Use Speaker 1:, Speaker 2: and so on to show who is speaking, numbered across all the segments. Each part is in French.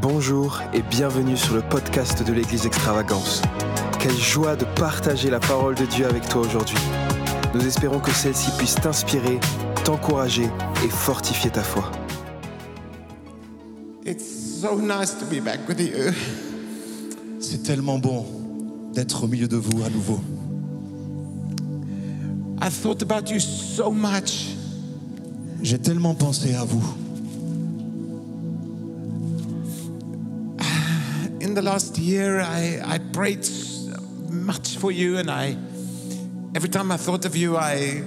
Speaker 1: Bonjour et bienvenue sur le podcast de l'Église Extravagance. Quelle joie de partager la parole de Dieu avec toi aujourd'hui. Nous espérons que celle-ci puisse t'inspirer, t'encourager et fortifier ta foi.
Speaker 2: It's so nice to be back with you.
Speaker 3: C'est tellement bon d'être au milieu de vous à nouveau.
Speaker 2: I thought about you so much.
Speaker 3: J'ai tellement pensé à vous.
Speaker 2: In the last year, I, I prayed s- much for you, and I every time I thought of you, I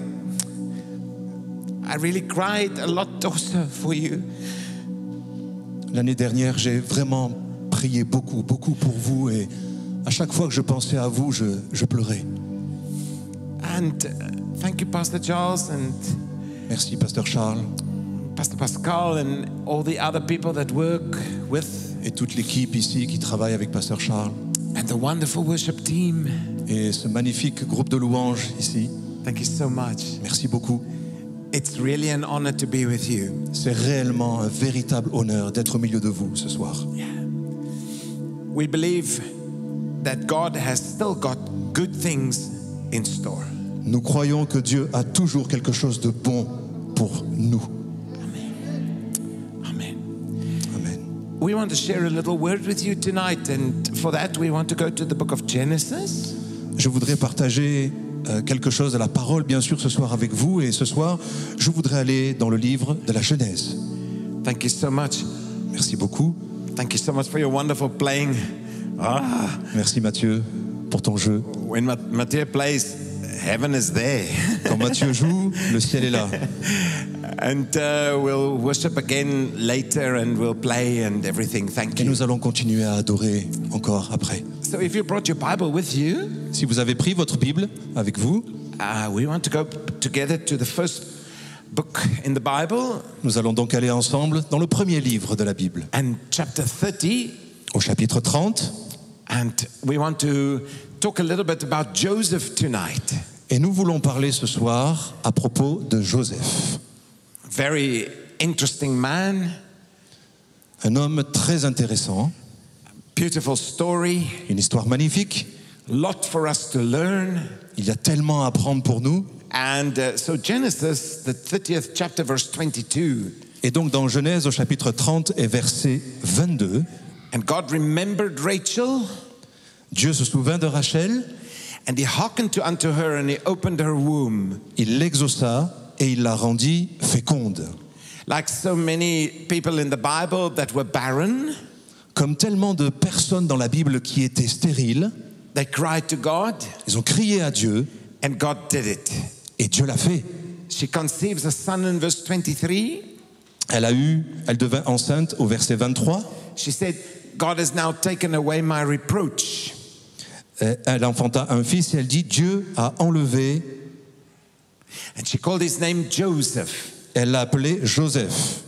Speaker 2: I really cried a lot also for you.
Speaker 3: L'année dernière, j'ai vraiment prié beaucoup, beaucoup pour vous et à chaque fois que je pensais à vous, je, je pleurais.
Speaker 2: And uh, thank you, Pastor Charles and
Speaker 3: Merci, Pasteur Charles,
Speaker 2: Pastor Pascal, and all the other people that work with,
Speaker 3: et toute l'équipe ici qui travaille avec Pasteur Charles,
Speaker 2: and the wonderful worship team.
Speaker 3: et ce magnifique groupe de louanges ici.
Speaker 2: Thank you so much.
Speaker 3: Merci beaucoup.
Speaker 2: It's really an honor to be with you.
Speaker 3: C'est réellement un véritable honneur d'être au milieu de vous ce soir.
Speaker 2: We believe that God has still got good things in store.
Speaker 3: Nous croyons que Dieu a toujours quelque chose de bon pour nous.
Speaker 2: Amen.
Speaker 3: Amen.
Speaker 2: We want to share a little word with you tonight, and for that, we want to go to the book of Genesis.
Speaker 3: Je voudrais partager euh, quelque chose de la parole, bien sûr, ce soir avec vous. Et ce soir, je voudrais aller dans le livre de la Genèse.
Speaker 2: Thank you so much.
Speaker 3: Merci beaucoup.
Speaker 2: Thank you so much for your wonderful playing. Ah,
Speaker 3: Merci Mathieu pour ton jeu.
Speaker 2: when Mat- Mathieu plays, heaven is there.
Speaker 3: Quand Mathieu joue, le ciel est là.
Speaker 2: and uh, we'll worship again later and we'll play and everything. Thank
Speaker 3: Et
Speaker 2: you.
Speaker 3: nous allons continuer à adorer encore après.
Speaker 2: So, if you brought your Bible with you,
Speaker 3: Si vous avez pris votre Bible avec vous,
Speaker 2: uh, we want to go together to the first book in the Bible,
Speaker 3: nous allons donc aller ensemble dans le premier livre de la Bible,
Speaker 2: and chapter 30
Speaker 3: au chapitre 30.
Speaker 2: and we want to talk a little bit about joseph tonight
Speaker 3: Et nous voulons parler ce soir à propos de Joseph,
Speaker 2: very interesting man
Speaker 3: un homme très intéressant,
Speaker 2: beautiful story
Speaker 3: une histoire magnifique.
Speaker 2: lot for us to learn
Speaker 3: Il y a tellement à apprendre pour nous.
Speaker 2: and uh, so genesis the 30th chapter verse 22
Speaker 3: Et donc dans Genèse au chapitre 30 et verset 22,
Speaker 2: and god remembered rachel
Speaker 3: Dieu se souvint de Rachel,
Speaker 2: and he hearkened to unto her and he opened her womb
Speaker 3: il l'exauça et il la rendit féconde.
Speaker 2: like so many people in the bible that were barren
Speaker 3: Comme tellement de personnes dans la Bible qui étaient stériles,
Speaker 2: they cried to god
Speaker 3: ils ont crié à Dieu
Speaker 2: and god did it
Speaker 3: et Dieu l'a fait.
Speaker 2: she conceives a son in verse 23
Speaker 3: Elle a eu, elle devint enceinte au verset 23.
Speaker 2: She said, God has now taken away my reproach.
Speaker 3: Euh, Elle enfanta un fils et elle dit Dieu a enlevé.
Speaker 2: And she called his name Joseph.
Speaker 3: Elle l'a appelé Joseph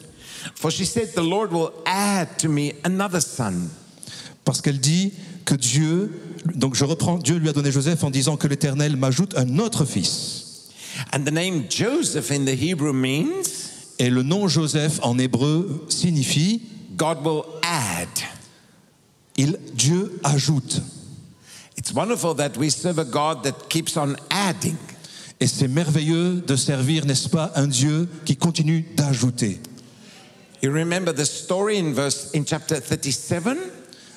Speaker 2: For she said, The Lord will add to me another son.
Speaker 3: parce qu'elle dit que Dieu, donc je reprends, Dieu lui a donné Joseph en disant que l'Éternel m'ajoute un autre fils.
Speaker 2: And the name Joseph in the Hebrew means
Speaker 3: Et le nom Joseph en hébreu signifie
Speaker 2: God will add.
Speaker 3: il Dieu ajoute.
Speaker 2: It's wonderful that we serve a God that keeps on adding.
Speaker 3: Et c'est merveilleux de servir, n'est-ce pas, un Dieu qui continue d'ajouter.
Speaker 2: You remember the story in verse in chapter 37?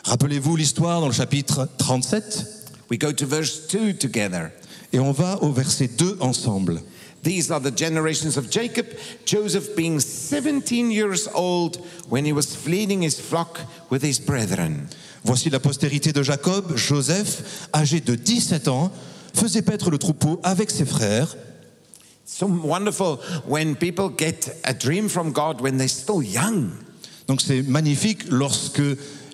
Speaker 3: Rappelez-vous l'histoire dans le chapitre 37
Speaker 2: We go to verse 2 together.
Speaker 3: et on va au verset 2 ensemble.
Speaker 2: These are the generations of Jacob, Joseph being 17 years old when he was fleeing his flock with his brethren.
Speaker 3: Voici la postérité de Jacob, Joseph, âgé de 17 ans, faisait paître le troupeau avec ses frères.
Speaker 2: So wonderful when people get a dream from God when they're still young.
Speaker 3: Donc c'est magnifique lorsque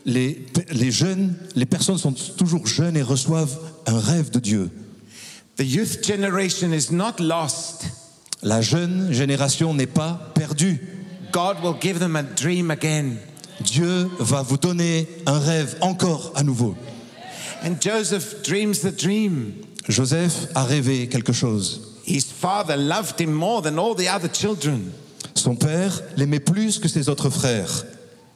Speaker 3: les, les jeunes, les personnes sont toujours jeunes et reçoivent un rêve de Dieu.
Speaker 2: The youth generation is not lost.
Speaker 3: La jeune génération n'est pas perdue.
Speaker 2: God will give them a dream again.
Speaker 3: Dieu va vous donner un rêve encore à nouveau.
Speaker 2: And Joseph dreams the dream.
Speaker 3: Joseph a rêvé quelque chose.
Speaker 2: His father loved him more than all the other children.
Speaker 3: Son père l'aimait plus que ses autres frères.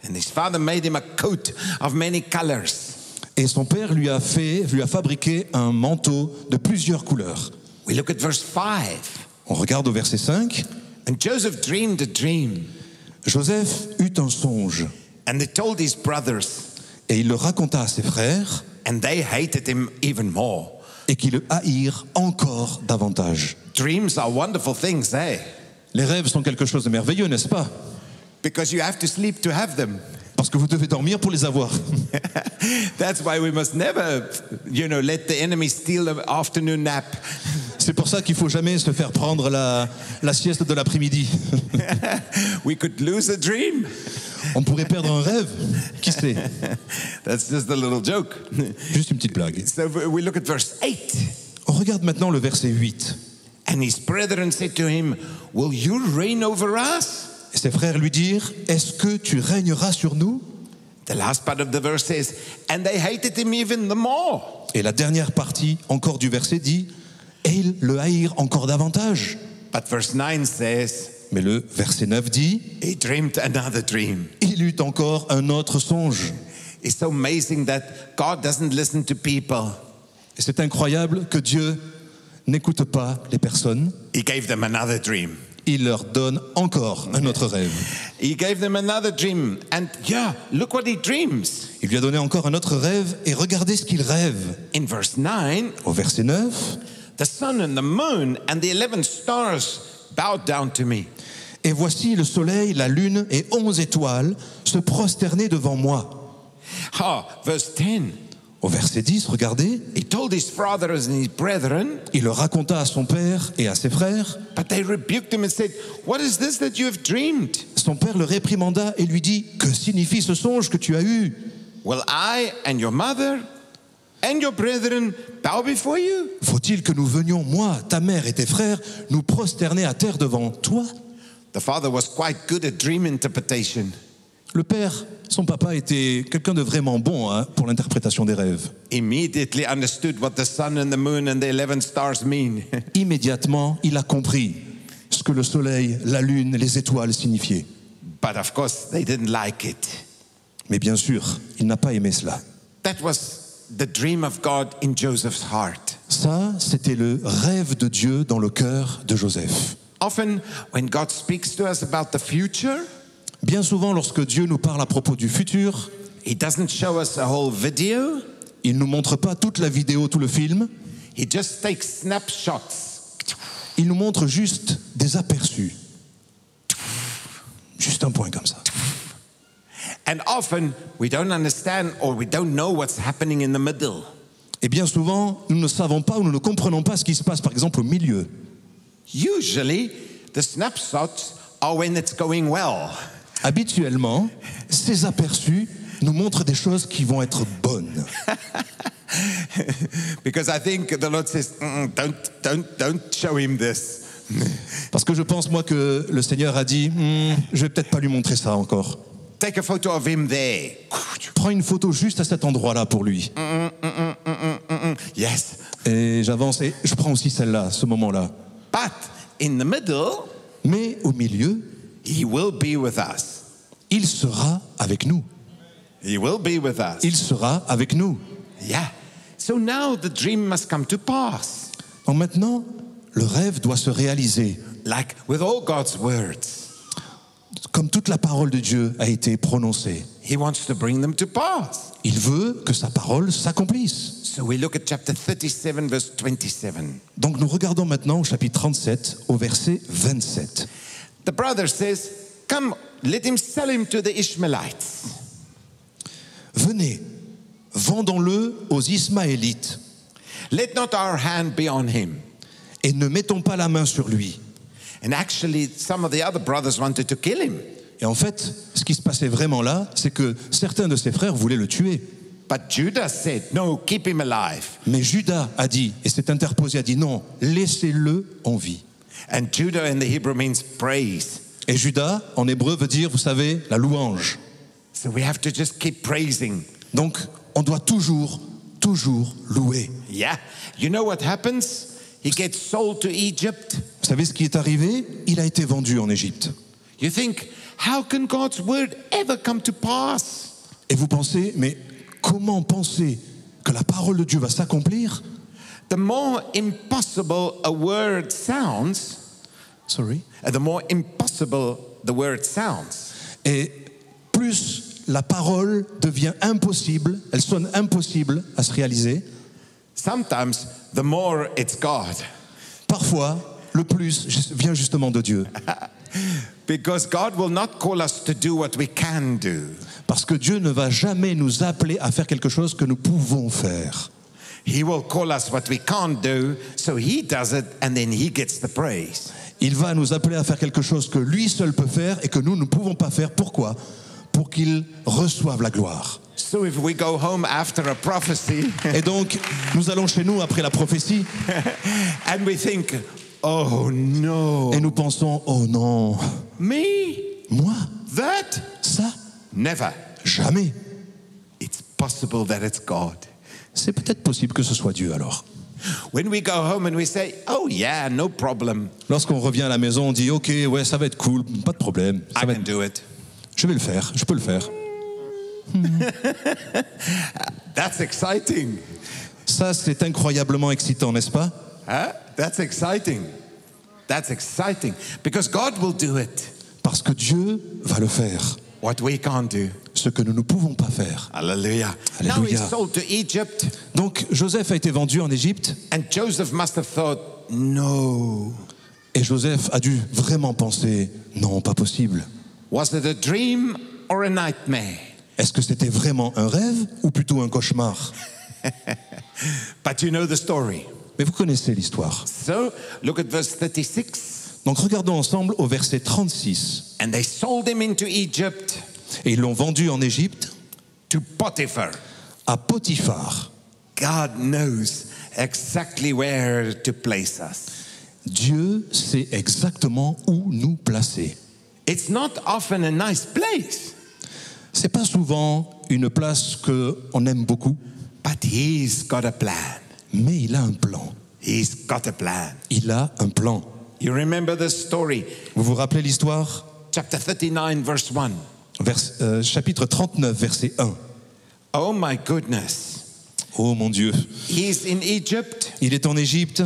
Speaker 2: And his father made him a coat of many colors.
Speaker 3: Et son père lui a fait, lui a fabriqué un manteau de plusieurs couleurs.
Speaker 2: We look at verse 5.
Speaker 3: On regarde au verset 5.
Speaker 2: And Joseph dreamed a dream,
Speaker 3: Joseph eut un songe
Speaker 2: and he told his brothers,
Speaker 3: et il le raconta à ses frères
Speaker 2: and they hated him even more.
Speaker 3: et qui le haïrent encore davantage.
Speaker 2: Dreams are wonderful things, eh?
Speaker 3: Les rêves sont quelque chose de merveilleux, n'est-ce pas
Speaker 2: Because you have to sleep to have them.
Speaker 3: Parce que vous devez dormir pour les avoir.
Speaker 2: That's why we must never, you know, let the enemy steal an afternoon nap.
Speaker 3: C'est pour ça qu'il faut jamais se faire prendre la, la sieste de l'après-midi.
Speaker 2: we could lose a dream.
Speaker 3: On pourrait perdre un rêve, qui sait
Speaker 2: That's just a little joke.
Speaker 3: Juste une petite blague.
Speaker 2: so we look at verse 8.
Speaker 3: On regarde maintenant le verset 8.
Speaker 2: And his brethren said to him, Will you reign over us?
Speaker 3: Et ses frères lui dirent, est-ce que tu régneras sur nous
Speaker 2: The last part of the verse says, And they hated him even the more.
Speaker 3: Et la dernière partie encore du verset dit, et ils le haïrent encore davantage.
Speaker 2: But verse 9 says,
Speaker 3: Mais le verset 9 dit,
Speaker 2: He dreamed another dream.
Speaker 3: il eut encore un autre songe.
Speaker 2: It's so amazing that God doesn't listen to people.
Speaker 3: Et c'est incroyable que Dieu n'écoute pas les personnes.
Speaker 2: He gave them another dream.
Speaker 3: Il leur donne encore un autre rêve.
Speaker 2: He gave them another dream. And yeah, look what he dreams.
Speaker 3: Il lui a donné encore un autre rêve et regardez ce qu'il rêve.
Speaker 2: In verse 9,
Speaker 3: Au verset 9,
Speaker 2: the sun and the moon and the 11 stars bowed down to me.
Speaker 3: et voici le soleil, la lune et onze étoiles se prosternaient devant moi.
Speaker 2: Ah, verse 10.
Speaker 3: Au verset 10, regardez,
Speaker 2: He told his fathers and his brethren,
Speaker 3: il le raconta à son père et à ses frères.
Speaker 2: but they rebuked him and said, What is this that you have dreamed?
Speaker 3: Son père le réprimanda et lui dit, que signifie ce songe que tu as eu
Speaker 2: Will I and your mother and your brethren bow before you?
Speaker 3: Faut-il que nous venions, moi, ta mère et tes frères, nous prosterner à terre devant toi
Speaker 2: The father was quite good at dream interpretation.
Speaker 3: Le père, son papa, était quelqu'un de vraiment bon hein, pour l'interprétation des rêves.
Speaker 2: Immediately understood what the sun and the moon and the 11 stars mean.
Speaker 3: Immédiatement, il a compris ce que le soleil, la lune, les étoiles signifiaient.
Speaker 2: but of course, they didn't like it.
Speaker 3: Mais bien sûr, il n'a pas aimé cela.
Speaker 2: That was the dream of God in Joseph's heart.
Speaker 3: Ça, c'était le rêve de Dieu dans le cœur de Joseph.
Speaker 2: Often, when God speaks to us about the future,
Speaker 3: Bien souvent, lorsque Dieu nous parle à propos du futur,
Speaker 2: He doesn't show us a whole video,
Speaker 3: il ne nous montre pas toute la vidéo, tout le film,
Speaker 2: He just takes snapshots.
Speaker 3: il nous montre juste des aperçus. Juste un point comme ça.
Speaker 2: And often, we don't understand or we don't know what's happening in the middle.
Speaker 3: Et Eh bien souvent, nous ne savons pas ou nous ne comprenons pas ce qui se passe, par exemple, au milieu.
Speaker 2: Usually, the snapshots are when it's going well.
Speaker 3: Habituellement, ces aperçus nous montrent des choses qui vont être bonnes.
Speaker 2: because I think the Lord says, "Mm-mm, don't, don't, don't show him this.
Speaker 3: Parce que je pense, moi, que le Seigneur a dit, Hmm, je vais peut-être pas lui montrer ça encore.
Speaker 2: Take a photo of him there.
Speaker 3: Prends une photo juste à cet endroit-là pour lui.
Speaker 2: Yes.
Speaker 3: Et j'avance et je prends aussi celle-là, ce moment-là.
Speaker 2: But in the middle,
Speaker 3: Mais au milieu,
Speaker 2: He will be with us.
Speaker 3: il sera avec nous.
Speaker 2: He will be with us.
Speaker 3: Il sera avec nous.
Speaker 2: Yeah. So now the dream must come to pass.
Speaker 3: Donc maintenant, le rêve doit se réaliser.
Speaker 2: Like with all God's words,
Speaker 3: Comme toute la parole de Dieu a été prononcée,
Speaker 2: He wants to bring them to pass.
Speaker 3: il veut que sa parole s'accomplisse.
Speaker 2: So we look at chapter 37, verse 27.
Speaker 3: Donc nous regardons maintenant au chapitre 37, au verset 27.
Speaker 2: The brother says, Come, let him sell him to the Ishmaelites.
Speaker 3: Venez, vendons-le aux Ismaélites,
Speaker 2: Let not our hand be on him.
Speaker 3: et ne mettons pas la main sur lui.
Speaker 2: And actually, some of the other brothers wanted to kill him.
Speaker 3: Et en fait, ce qui se passait vraiment là, c'est que certains de ses frères voulaient le tuer.
Speaker 2: But Judah said, No, keep him alive.
Speaker 3: Mais Judas a dit, et s'est interposé, a dit non, laissez-le en vie.
Speaker 2: And Judah in the Hebrew means praise.
Speaker 3: Et Judas, en hébreu, veut dire, vous savez, la louange.
Speaker 2: So we have to just keep praising.
Speaker 3: Donc, on doit toujours, toujours louer.
Speaker 2: Yeah. You know what happens? He gets sold to Egypt.
Speaker 3: Vous savez ce qui est arrivé Il a été vendu en Égypte.
Speaker 2: You think, How can God's word ever come to pass?
Speaker 3: Et vous pensez, mais comment penser que la parole de Dieu va s'accomplir
Speaker 2: The more impossible a word sounds,
Speaker 3: Sorry.
Speaker 2: uh, the more impossible the word sounds.
Speaker 3: Et plus la parole devient impossible, elle sonne impossible à se réaliser,
Speaker 2: Sometimes the more it's God,
Speaker 3: parfois le plus ju- vient justement de Dieu.
Speaker 2: because God will not call us to do what we can do.
Speaker 3: Parce que Dieu ne va jamais nous appeler à faire quelque chose que nous pouvons faire.
Speaker 2: He will call us what we can't do, so He does it, and then He gets the praise.
Speaker 3: Il va nous appeler à faire quelque chose que lui seul peut faire et que nous ne pouvons pas faire. Pourquoi Pour qu'il reçoive la gloire.
Speaker 2: So if we go home after a prophecy
Speaker 3: Et donc, nous allons chez nous après la prophétie
Speaker 2: and we think, oh no,
Speaker 3: et nous pensons, oh non,
Speaker 2: me?
Speaker 3: moi,
Speaker 2: That?
Speaker 3: ça,
Speaker 2: Never.
Speaker 3: jamais.
Speaker 2: It's possible that it's God.
Speaker 3: C'est peut-être possible que ce soit Dieu alors.
Speaker 2: When we go home and we say, oh yeah, no problem,
Speaker 3: Lorsqu'on revient à la maison, on dit, ok, ouais, ça va être cool, pas de problème. ça
Speaker 2: I
Speaker 3: va
Speaker 2: can
Speaker 3: être-
Speaker 2: do it.
Speaker 3: Je vais le faire, je peux le faire.
Speaker 2: That's exciting.
Speaker 3: Ça, c'est incroyablement excitant, n'est-ce pas
Speaker 2: Huh? That's exciting. That's exciting because God will do it,
Speaker 3: Parce que Dieu va le faire,
Speaker 2: what we can't do.
Speaker 3: ce que nous ne pouvons pas faire.
Speaker 2: Hallelujah. Now
Speaker 3: Hallelujah.
Speaker 2: he's sold to Egypt.
Speaker 3: Donc, Joseph a été vendu en Égypte
Speaker 2: And Joseph must have thought, no.
Speaker 3: et Joseph a dû vraiment penser, non, pas possible.
Speaker 2: Was it a dream or a nightmare?
Speaker 3: Est-ce que c'était vraiment un rêve ou plutôt un cauchemar
Speaker 2: But you know the story.
Speaker 3: Mais vous connaissez l'histoire.
Speaker 2: So look at verse 36.
Speaker 3: Donc regardons ensemble au verset 36.
Speaker 2: And they sold him into Egypt
Speaker 3: Et ils l'ont vendu en Égypte
Speaker 2: to Potiphar.
Speaker 3: à Potiphar.
Speaker 2: God knows exactly where to place us.
Speaker 3: Dieu sait exactement où nous placer.
Speaker 2: It's not often a nice place,
Speaker 3: C'est pas souvent une place que on aime beaucoup,
Speaker 2: but he's got a plan.
Speaker 3: mais il a un plan.
Speaker 2: He's got a plan.
Speaker 3: Il a un plan.
Speaker 2: You remember the story,
Speaker 3: Vous vous rappelez l'histoire
Speaker 2: chapter 39, verse 1.
Speaker 3: Vers- euh, Chapitre 39, verset 1.
Speaker 2: Oh my goodness.
Speaker 3: Oh mon Dieu.
Speaker 2: He's in Egypt.
Speaker 3: Il est en Égypte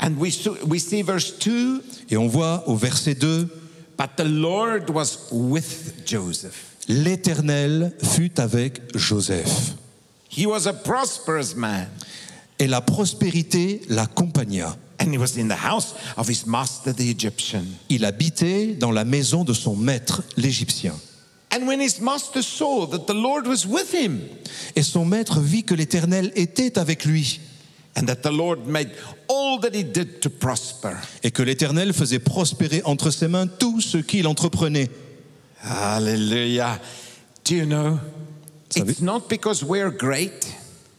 Speaker 2: And we, su- we see verse 2
Speaker 3: et on voit au verset 2,
Speaker 2: But the Lord was with Joseph.
Speaker 3: l'Éternel fut avec Joseph
Speaker 2: He was a prosperous man,
Speaker 3: et la prospérité l'accompagna.
Speaker 2: and he was in the house of his master, the Egyptian.
Speaker 3: Il habitait dans la maison de son maître, l'Égyptien.
Speaker 2: And when his master saw that the Lord was with him,
Speaker 3: Et son maître vit que l'Éternel était avec lui
Speaker 2: and that the Lord made all that he did to prosper.
Speaker 3: et que l'Éternel faisait prospérer entre ses mains tout ce qu'il entreprenait.
Speaker 2: Hallelujah. Do you know?
Speaker 3: Ça
Speaker 2: It's not because we're great,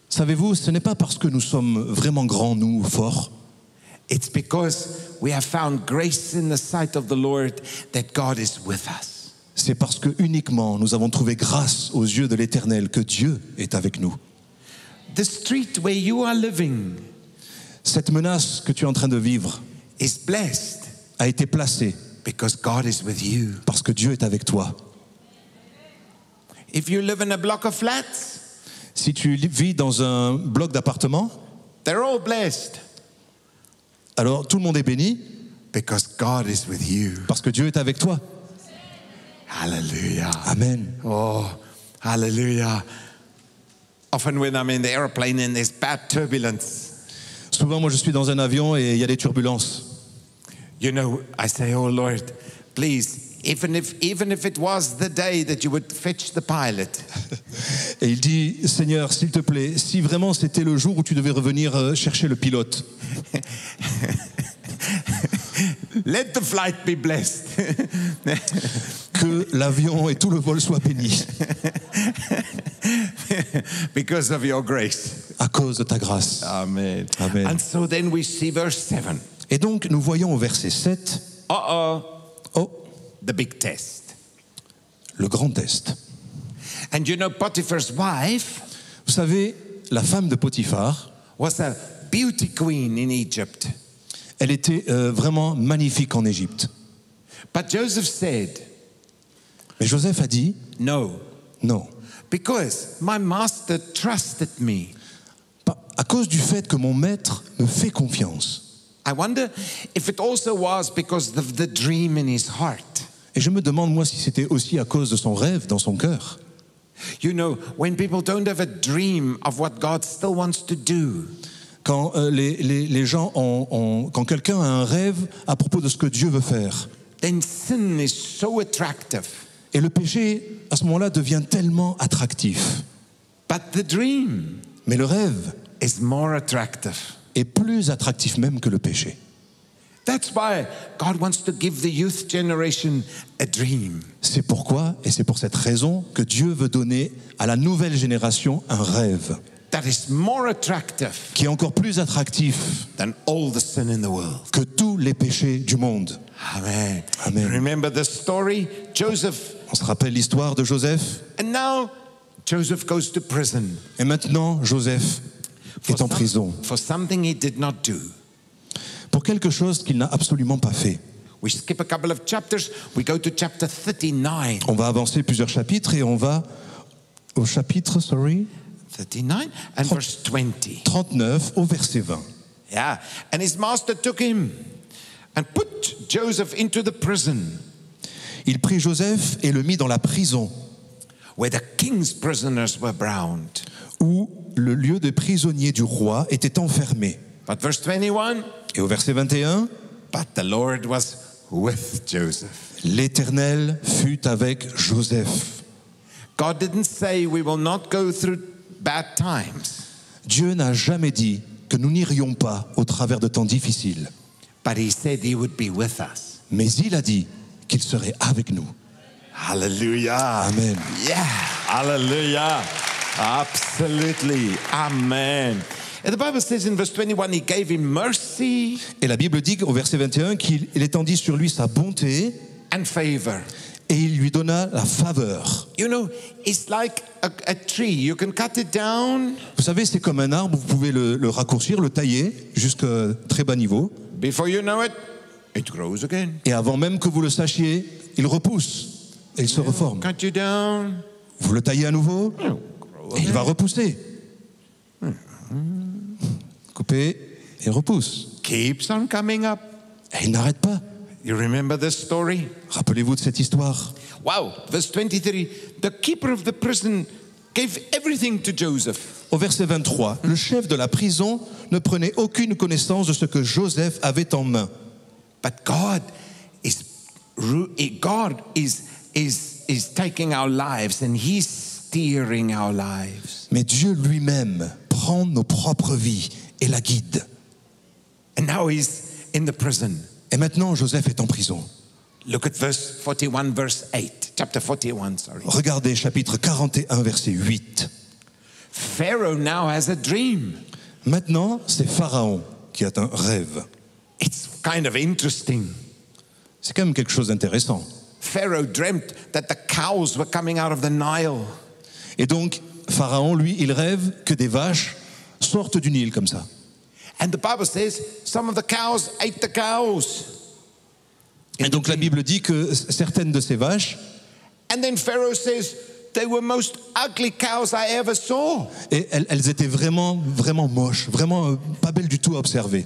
Speaker 3: Savez-vous, ce n'est pas parce que nous sommes vraiment grands, nous, ou forts,
Speaker 2: it's because we have found grace in the sight of the Lord that God is with us.
Speaker 3: c'est parce que uniquement nous avons trouvé grâce aux yeux de l'Éternel que Dieu est avec nous.
Speaker 2: The street where you are living
Speaker 3: Cette menace que tu es en train de vivre
Speaker 2: is blessed
Speaker 3: a été placée
Speaker 2: because God is with you.
Speaker 3: parce que Dieu est avec toi.
Speaker 2: If you live in a block of flats,
Speaker 3: Si tu vis dans un bloc d'appartements,
Speaker 2: they're all blessed
Speaker 3: alors tout le monde est béni
Speaker 2: because God is with you.
Speaker 3: parce que Dieu est avec toi.
Speaker 2: Hallelujah.
Speaker 3: Amen.
Speaker 2: Oh, hallelujah. Often when I'm in the airplane and there's bad turbulence,
Speaker 3: Souvent, moi, je suis dans un avion et il y a des turbulences.
Speaker 2: you know, I say, "Oh Lord, please, even if even if it was the day that you would fetch the pilot,
Speaker 3: Et il dit, Seigneur, s'il te plaît, si vraiment c'était le jour où tu devais revenir euh, chercher le pilote,
Speaker 2: let the flight be blessed."
Speaker 3: que l'avion et tout le vol soient bénis
Speaker 2: because of your grace.
Speaker 3: à cause de ta grâce.
Speaker 2: Amen.
Speaker 3: Amen.
Speaker 2: And so then we see verse 7.
Speaker 3: Et donc, nous voyons au verset 7,
Speaker 2: Uh-oh,
Speaker 3: oh,
Speaker 2: the big test.
Speaker 3: le grand test.
Speaker 2: And you know Potiphar's wife
Speaker 3: Vous savez, la femme de Potiphar,
Speaker 2: was a beauty queen in Egypt.
Speaker 3: elle était euh, vraiment magnifique en Égypte.
Speaker 2: But Joseph said,
Speaker 3: Mais Joseph a dit
Speaker 2: No,
Speaker 3: non.
Speaker 2: because my master trusted me.
Speaker 3: Pas- À cause du fait que mon maître me fait confiance.
Speaker 2: I wonder if it also was because of the dream in his heart.
Speaker 3: Et je me demande, moi, si c'était aussi à cause de son rêve dans son cœur.
Speaker 2: You know, when people don't have a dream of what God still wants to do,
Speaker 3: Quand, euh, les, les- les gens ont- ont- quand quelqu'un a un rêve à propos de ce que Dieu veut faire.
Speaker 2: then sin is so attractive.
Speaker 3: Et le péché, à ce moment-là, devient tellement attractif.
Speaker 2: But the dream
Speaker 3: Mais le rêve
Speaker 2: is more attractive.
Speaker 3: est plus attractif même que le péché.
Speaker 2: That's why God wants to give the youth generation a dream.
Speaker 3: C'est pourquoi, et c'est pour cette raison, que Dieu veut donner à la nouvelle génération un rêve
Speaker 2: that is more attractive
Speaker 3: qui est encore plus attractif
Speaker 2: than all the sin in the world.
Speaker 3: que tous les péchés du monde.
Speaker 2: Amen.
Speaker 3: Amen.
Speaker 2: Remember the story? Joseph.
Speaker 3: On se rappelle l'histoire de Joseph
Speaker 2: And now Joseph goes to prison
Speaker 3: Et maintenant, Joseph est
Speaker 2: some-
Speaker 3: en prison
Speaker 2: for something he did not do.
Speaker 3: pour quelque chose qu'il n'a absolument pas fait.
Speaker 2: We skip a couple of chapters. We go to chapter 39.
Speaker 3: On va avancer plusieurs chapitres et on va au chapitre sorry,
Speaker 2: 39 and verse 20.
Speaker 3: 39 au verset 20.
Speaker 2: Yeah. And his master took him and put Joseph into the prison
Speaker 3: Il prit Joseph et le mit dans la prison
Speaker 2: where the king's prisoners were bound.
Speaker 3: où le lieu de prisonnier du roi était enfermé.
Speaker 2: But verse 21
Speaker 3: Et au verset 21,
Speaker 2: But the Lord was with Joseph.
Speaker 3: L'Éternel fut avec Joseph.
Speaker 2: God didn't say we will not go through bad times,
Speaker 3: Dieu n'a jamais dit que nous n'irions pas au travers de temps difficiles,
Speaker 2: but He said He would be with us.
Speaker 3: mais il a dit qu'il serait avec nous.
Speaker 2: Hallelujah.
Speaker 3: Amen.
Speaker 2: Yeah. Hallelujah. Absolutely. Amen. And the Bible says in verse 21 He gave him mercy
Speaker 3: Et la Bible dit au verset 21 qu'il il étendit sur lui sa bonté
Speaker 2: and favor.
Speaker 3: et il lui donna la faveur.
Speaker 2: You know, it's like a, a tree. You can cut it down.
Speaker 3: Vous savez, c'est comme un arbre, vous pouvez le, le raccourcir, le tailler jusqu'à très bas niveau,
Speaker 2: Before you know it, it grows again.
Speaker 3: et avant même que vous le sachiez, il repousse et il se reforme.
Speaker 2: Cut you down.
Speaker 3: Vous le taillez à nouveau et il va repousser. Coupé et repousse.
Speaker 2: Keeps on coming up.
Speaker 3: Et il n'arrête pas.
Speaker 2: You remember this story?
Speaker 3: Rappelez-vous de cette histoire.
Speaker 2: Wow, verse 23. The keeper of the prison gave everything to Joseph.
Speaker 3: Au verset 23, le chef de la prison ne prenait aucune connaissance de ce que Joseph avait en main.
Speaker 2: But God is ru- eh, God is is is taking our lives and he's steering our lives.
Speaker 3: Mais Dieu lui-même prend nos propres vies et la guide.
Speaker 2: And now he's in the prison.
Speaker 3: Et maintenant, Joseph est en prison.
Speaker 2: Look at verse 41 verse 8. Chapter 41, sorry.
Speaker 3: Regardez chapitre 41, verset 8.
Speaker 2: Pharaoh now has a dream.
Speaker 3: Maintenant, c'est Pharaon qui a un rêve.
Speaker 2: It's kind of interesting.
Speaker 3: C'est quand même quelque chose d'intéressant.
Speaker 2: Pharaoh dreamt that the cows were coming out of the Nile.
Speaker 3: Et donc, Pharaon, lui, il rêve que des vaches sortent du Nil comme ça.
Speaker 2: And the Bible says some of the cows ate the cows.
Speaker 3: Et donc, la Bible dit que certaines de ces vaches,
Speaker 2: And then Pharaoh says, They were most ugly cows I ever saw.
Speaker 3: et elles, elles étaient vraiment, vraiment moches, vraiment euh, pas belles du tout à observer.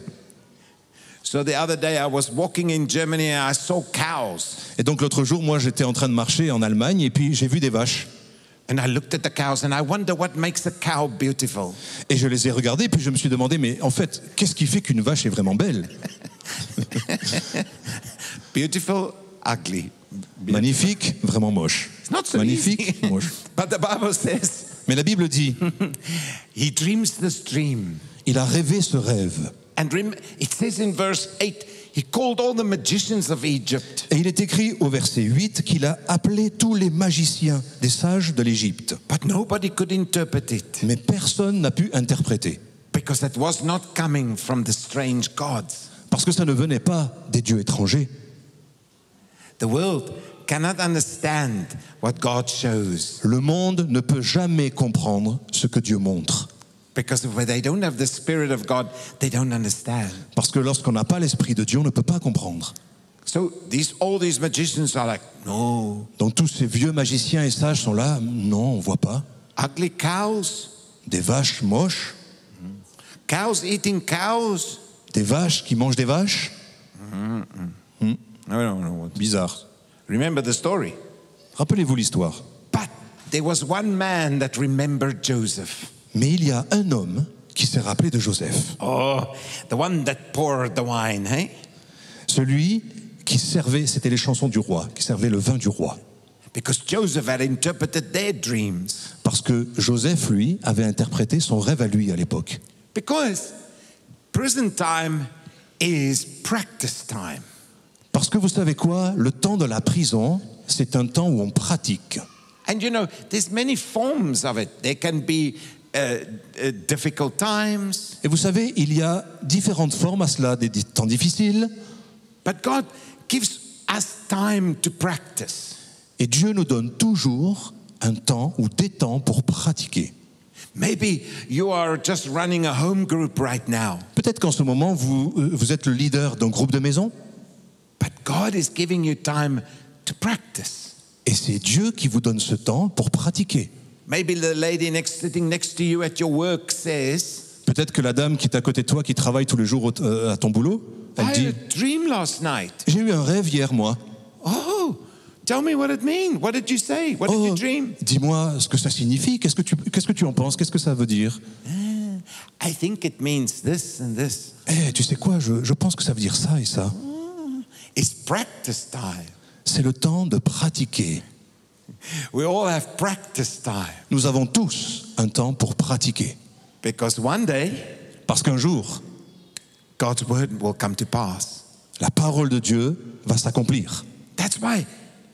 Speaker 2: So the other day I was walking in Germany and I saw cows.
Speaker 3: Et donc, l'autre jour, moi, j'étais en train de marcher en Allemagne et puis j'ai vu des vaches.
Speaker 2: And I looked at the cows and I wonder what makes a cow beautiful.
Speaker 3: Et je les ai regardées, puis je me suis demandé, mais en fait, qu'est-ce qui fait qu'une vache est vraiment belle
Speaker 2: Beautiful, ugly.
Speaker 3: Magnifique, vraiment moche.
Speaker 2: It's not so
Speaker 3: Magnifique,
Speaker 2: easy.
Speaker 3: moche.
Speaker 2: but the Bible says
Speaker 3: Mais la Bible dit,
Speaker 2: he dreams this dream.
Speaker 3: il a rêvé ce rêve.
Speaker 2: And rem- it says in verse 8, he called all the magicians of Egypt.
Speaker 3: Et il est écrit au verset 8 qu'il a appelé tous les magiciens des sages de l'Égypte.
Speaker 2: But nobody could interpret it
Speaker 3: Mais personne n'a pu interpréter,
Speaker 2: because that was not coming from the strange gods.
Speaker 3: parce que ça ne venait pas des dieux étrangers.
Speaker 2: The world cannot understand what God shows
Speaker 3: Le monde ne peut jamais comprendre ce que Dieu montre,
Speaker 2: because when they don't have the Spirit of God, they don't understand.
Speaker 3: parce que lorsqu'on n'a pas l'Esprit de Dieu, on ne peut pas comprendre.
Speaker 2: So these all these magicians are like, no,
Speaker 3: Donc tous ces vieux magiciens et sages sont là. Non, on voit pas.
Speaker 2: ugly cows,
Speaker 3: Des vaches moches,
Speaker 2: cows eating cows.
Speaker 3: des vaches qui mangent des vaches.
Speaker 2: No, no, no.
Speaker 3: Bizarre.
Speaker 2: Remember the story.
Speaker 3: Rappelez-vous l'histoire.
Speaker 2: But there was one man that remembered Joseph.
Speaker 3: Mais il y a un homme qui s'est rappelé de Joseph,
Speaker 2: Oh, the one that poured the wine, hey?
Speaker 3: celui qui servait, c'était les chansons du roi, qui servait le vin du roi,
Speaker 2: Because Joseph had interpreted their dreams.
Speaker 3: parce que Joseph, lui, avait interprété son rêve à lui à l'époque.
Speaker 2: Because prison time is practice time.
Speaker 3: Parce que vous savez quoi, le temps de la prison, c'est un temps où on pratique.
Speaker 2: And you know, there's many forms of it. There can be uh, uh, difficult times,
Speaker 3: Et vous savez, il y a différentes formes à cela, des di- temps difficiles,
Speaker 2: but God gives us time to practice.
Speaker 3: et Dieu nous donne toujours un temps ou des temps pour pratiquer.
Speaker 2: Maybe you are just running a home group right now,
Speaker 3: Peut-être qu'en ce moment, vous, euh, vous êtes le leader d'un groupe de maison,
Speaker 2: but God is giving you time to practice.
Speaker 3: et c'est Dieu qui vous donne ce temps pour pratiquer.
Speaker 2: Maybe the lady next, sitting next to you at your work says,
Speaker 3: Peut-être que la dame qui est à côté de toi, qui travaille tous les jours au- euh, à ton boulot, elle
Speaker 2: I
Speaker 3: dit
Speaker 2: had a dream last night.
Speaker 3: J'ai eu un rêve hier, moi.
Speaker 2: Oh, tell me what it means. What did you say? What did
Speaker 3: Oh,
Speaker 2: you dream?
Speaker 3: dis-moi ce que ça signifie, qu'est-ce que tu, qu'est-ce que tu en penses, qu'est-ce que ça veut dire
Speaker 2: I think it means this and this.
Speaker 3: Eh, tu sais quoi, je, je pense que ça veut dire ça et ça.
Speaker 2: It's practice time.
Speaker 3: C'est le temps de pratiquer.
Speaker 2: We all have practice time
Speaker 3: Nous avons tous un temps pour pratiquer.
Speaker 2: because one day
Speaker 3: Parce qu'un jour,
Speaker 2: God's word will come to pass.
Speaker 3: la parole de Dieu va s'accomplir.
Speaker 2: That's why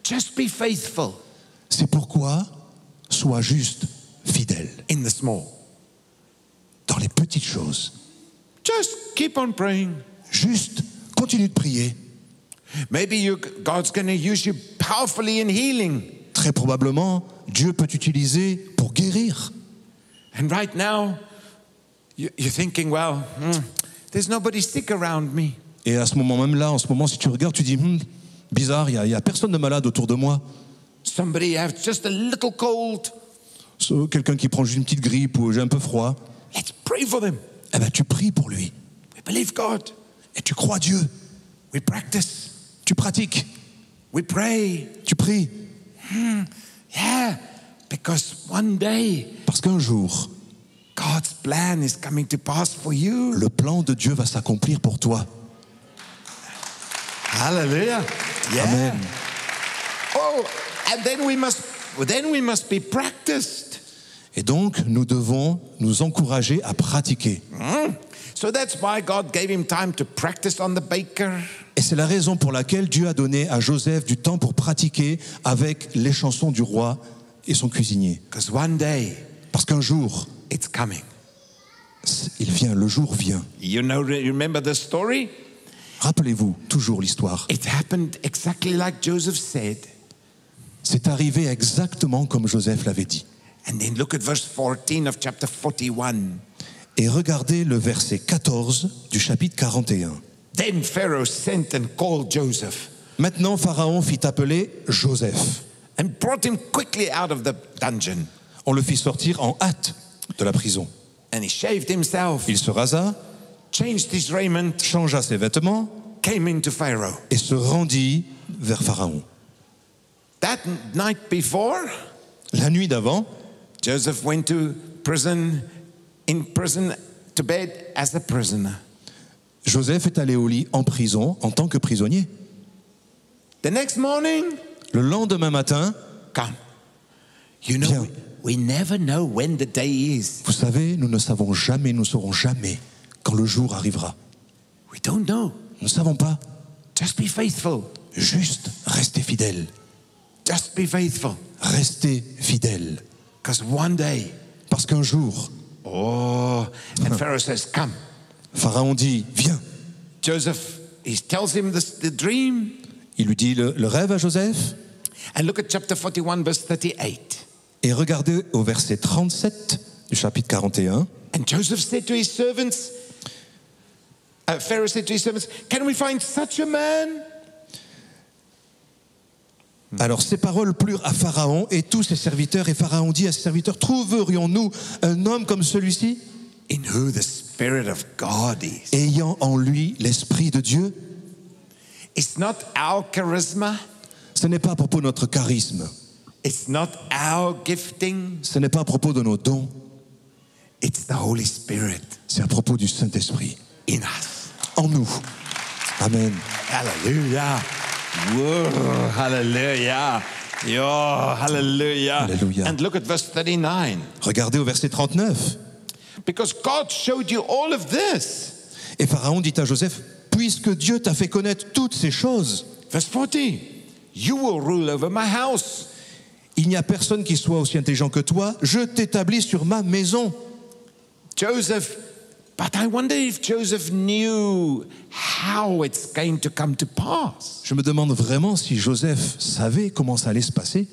Speaker 2: just be faithful
Speaker 3: C'est pourquoi sois juste, fidèle,
Speaker 2: in the small.
Speaker 3: dans les petites choses.
Speaker 2: Just keep on praying.
Speaker 3: Juste, continue de prier.
Speaker 2: Maybe you, God's going to use you powerfully in healing.
Speaker 3: Très probablement, Dieu peut t'utiliser pour guérir.
Speaker 2: And right now, you, you're thinking, well, hmm, there's nobody sick around me.
Speaker 3: Et à ce moment même là, en ce moment, si tu regardes, tu dis, Hmm, bizarre, il n'y a, personne de malade autour de moi.
Speaker 2: Somebody has just a little cold.
Speaker 3: Sauf Quelqu'un qui prend juste une petite grippe ou j'ai un peu froid.
Speaker 2: Let's pray for them.
Speaker 3: Eh bien, tu pries pour lui.
Speaker 2: We believe God.
Speaker 3: Et tu crois Dieu.
Speaker 2: We practice.
Speaker 3: Tu pratiques.
Speaker 2: We pray.
Speaker 3: Tu pries.
Speaker 2: Yeah, because one day
Speaker 3: Parce qu'un jour,
Speaker 2: God's plan is coming to pass for you.
Speaker 3: le plan de Dieu va s'accomplir pour toi.
Speaker 2: Hallelujah. Yeah.
Speaker 3: Amen.
Speaker 2: Oh, and then we must then we must be practiced.
Speaker 3: Et donc, nous devons nous encourager à pratiquer.
Speaker 2: Mm. So that's why God gave him time to practice on the baker.
Speaker 3: Et c'est la raison pour laquelle Dieu a donné à Joseph du temps pour pratiquer avec les chansons du roi et son cuisinier.
Speaker 2: Because one day
Speaker 3: Parce qu'un jour,
Speaker 2: it's coming.
Speaker 3: c'est- il vient, le jour vient.
Speaker 2: You know, you remember the story?
Speaker 3: Rappelez-vous toujours l'histoire.
Speaker 2: It happened exactly like Joseph said.
Speaker 3: C'est arrivé exactement comme Joseph l'avait dit.
Speaker 2: And then look at verse 14 of chapter 41.
Speaker 3: Et regardez le verset 14 du chapitre 41.
Speaker 2: Then Pharaoh sent and called Joseph.
Speaker 3: Maintenant Pharaon fit appeler Joseph.
Speaker 2: and brought him quickly out of the dungeon.
Speaker 3: On le fit sortir en hâte de la prison.
Speaker 2: And he shaved himself,
Speaker 3: Il se rasa,
Speaker 2: changed his raiment,
Speaker 3: changea ses vêtements
Speaker 2: came into Pharaoh.
Speaker 3: et se rendit vers Pharaon.
Speaker 2: That n- night before,
Speaker 3: La nuit d'avant,
Speaker 2: Joseph went to prison, in prison, to bed as a prisoner.
Speaker 3: Joseph est allé au lit en prison en tant que prisonnier.
Speaker 2: The next morning,
Speaker 3: Le lendemain matin,
Speaker 2: come. You know,
Speaker 3: Bien.
Speaker 2: we, we never know when the day is.
Speaker 3: vous savez, nous ne savons jamais, nous ne saurons jamais quand le jour arrivera.
Speaker 2: We don't know.
Speaker 3: Nous ne savons pas.
Speaker 2: Just be faithful.
Speaker 3: Juste, restez fidèles.
Speaker 2: Just be faithful.
Speaker 3: Restez fidèles.
Speaker 2: Because one day,
Speaker 3: Parce qu'un jour,
Speaker 2: oh, and Pharaoh says, come.
Speaker 3: Pharaon dit, viens.
Speaker 2: Joseph, he tells him this, the dream.
Speaker 3: Il lui dit le, le rêve à Joseph.
Speaker 2: And look at chapter 41, verse 38.
Speaker 3: Et regardez au verset 37 du chapitre 41.
Speaker 2: And Joseph said to his servants, uh, Pharaoh said to his servants, Can we find such a man Mm.
Speaker 3: Alors ces paroles plurent à Pharaon et tous ses serviteurs, et Pharaon dit à ses serviteurs, trouverions-nous un homme comme celui-ci
Speaker 2: in who the Spirit of God is.
Speaker 3: ayant en lui l'Esprit de Dieu
Speaker 2: It's not our charisma,
Speaker 3: Ce n'est pas à propos de notre charisme,
Speaker 2: it's not our gifting,
Speaker 3: ce n'est pas à propos de nos dons,
Speaker 2: it's the Holy Spirit
Speaker 3: c'est à propos du Saint-Esprit
Speaker 2: in us.
Speaker 3: en nous. Amen.
Speaker 2: Hallelujah. Whoa, hallelujah. Yo, hallelujah.
Speaker 3: Hallelujah.
Speaker 2: And look at verse 39.
Speaker 3: Regardez au verset 39.
Speaker 2: Because God showed you all of this.
Speaker 3: Et Pharaon dit à Joseph, puisque Dieu t'a fait connaître toutes ces choses,
Speaker 2: Verse 40. You will rule over my house.
Speaker 3: il n'y a personne qui soit aussi intelligent que toi, je t'établis sur ma maison.
Speaker 2: Joseph. But I wonder if Joseph knew how it's going to come to pass.
Speaker 3: Je me demande vraiment si Joseph savait comment ça allait se passer.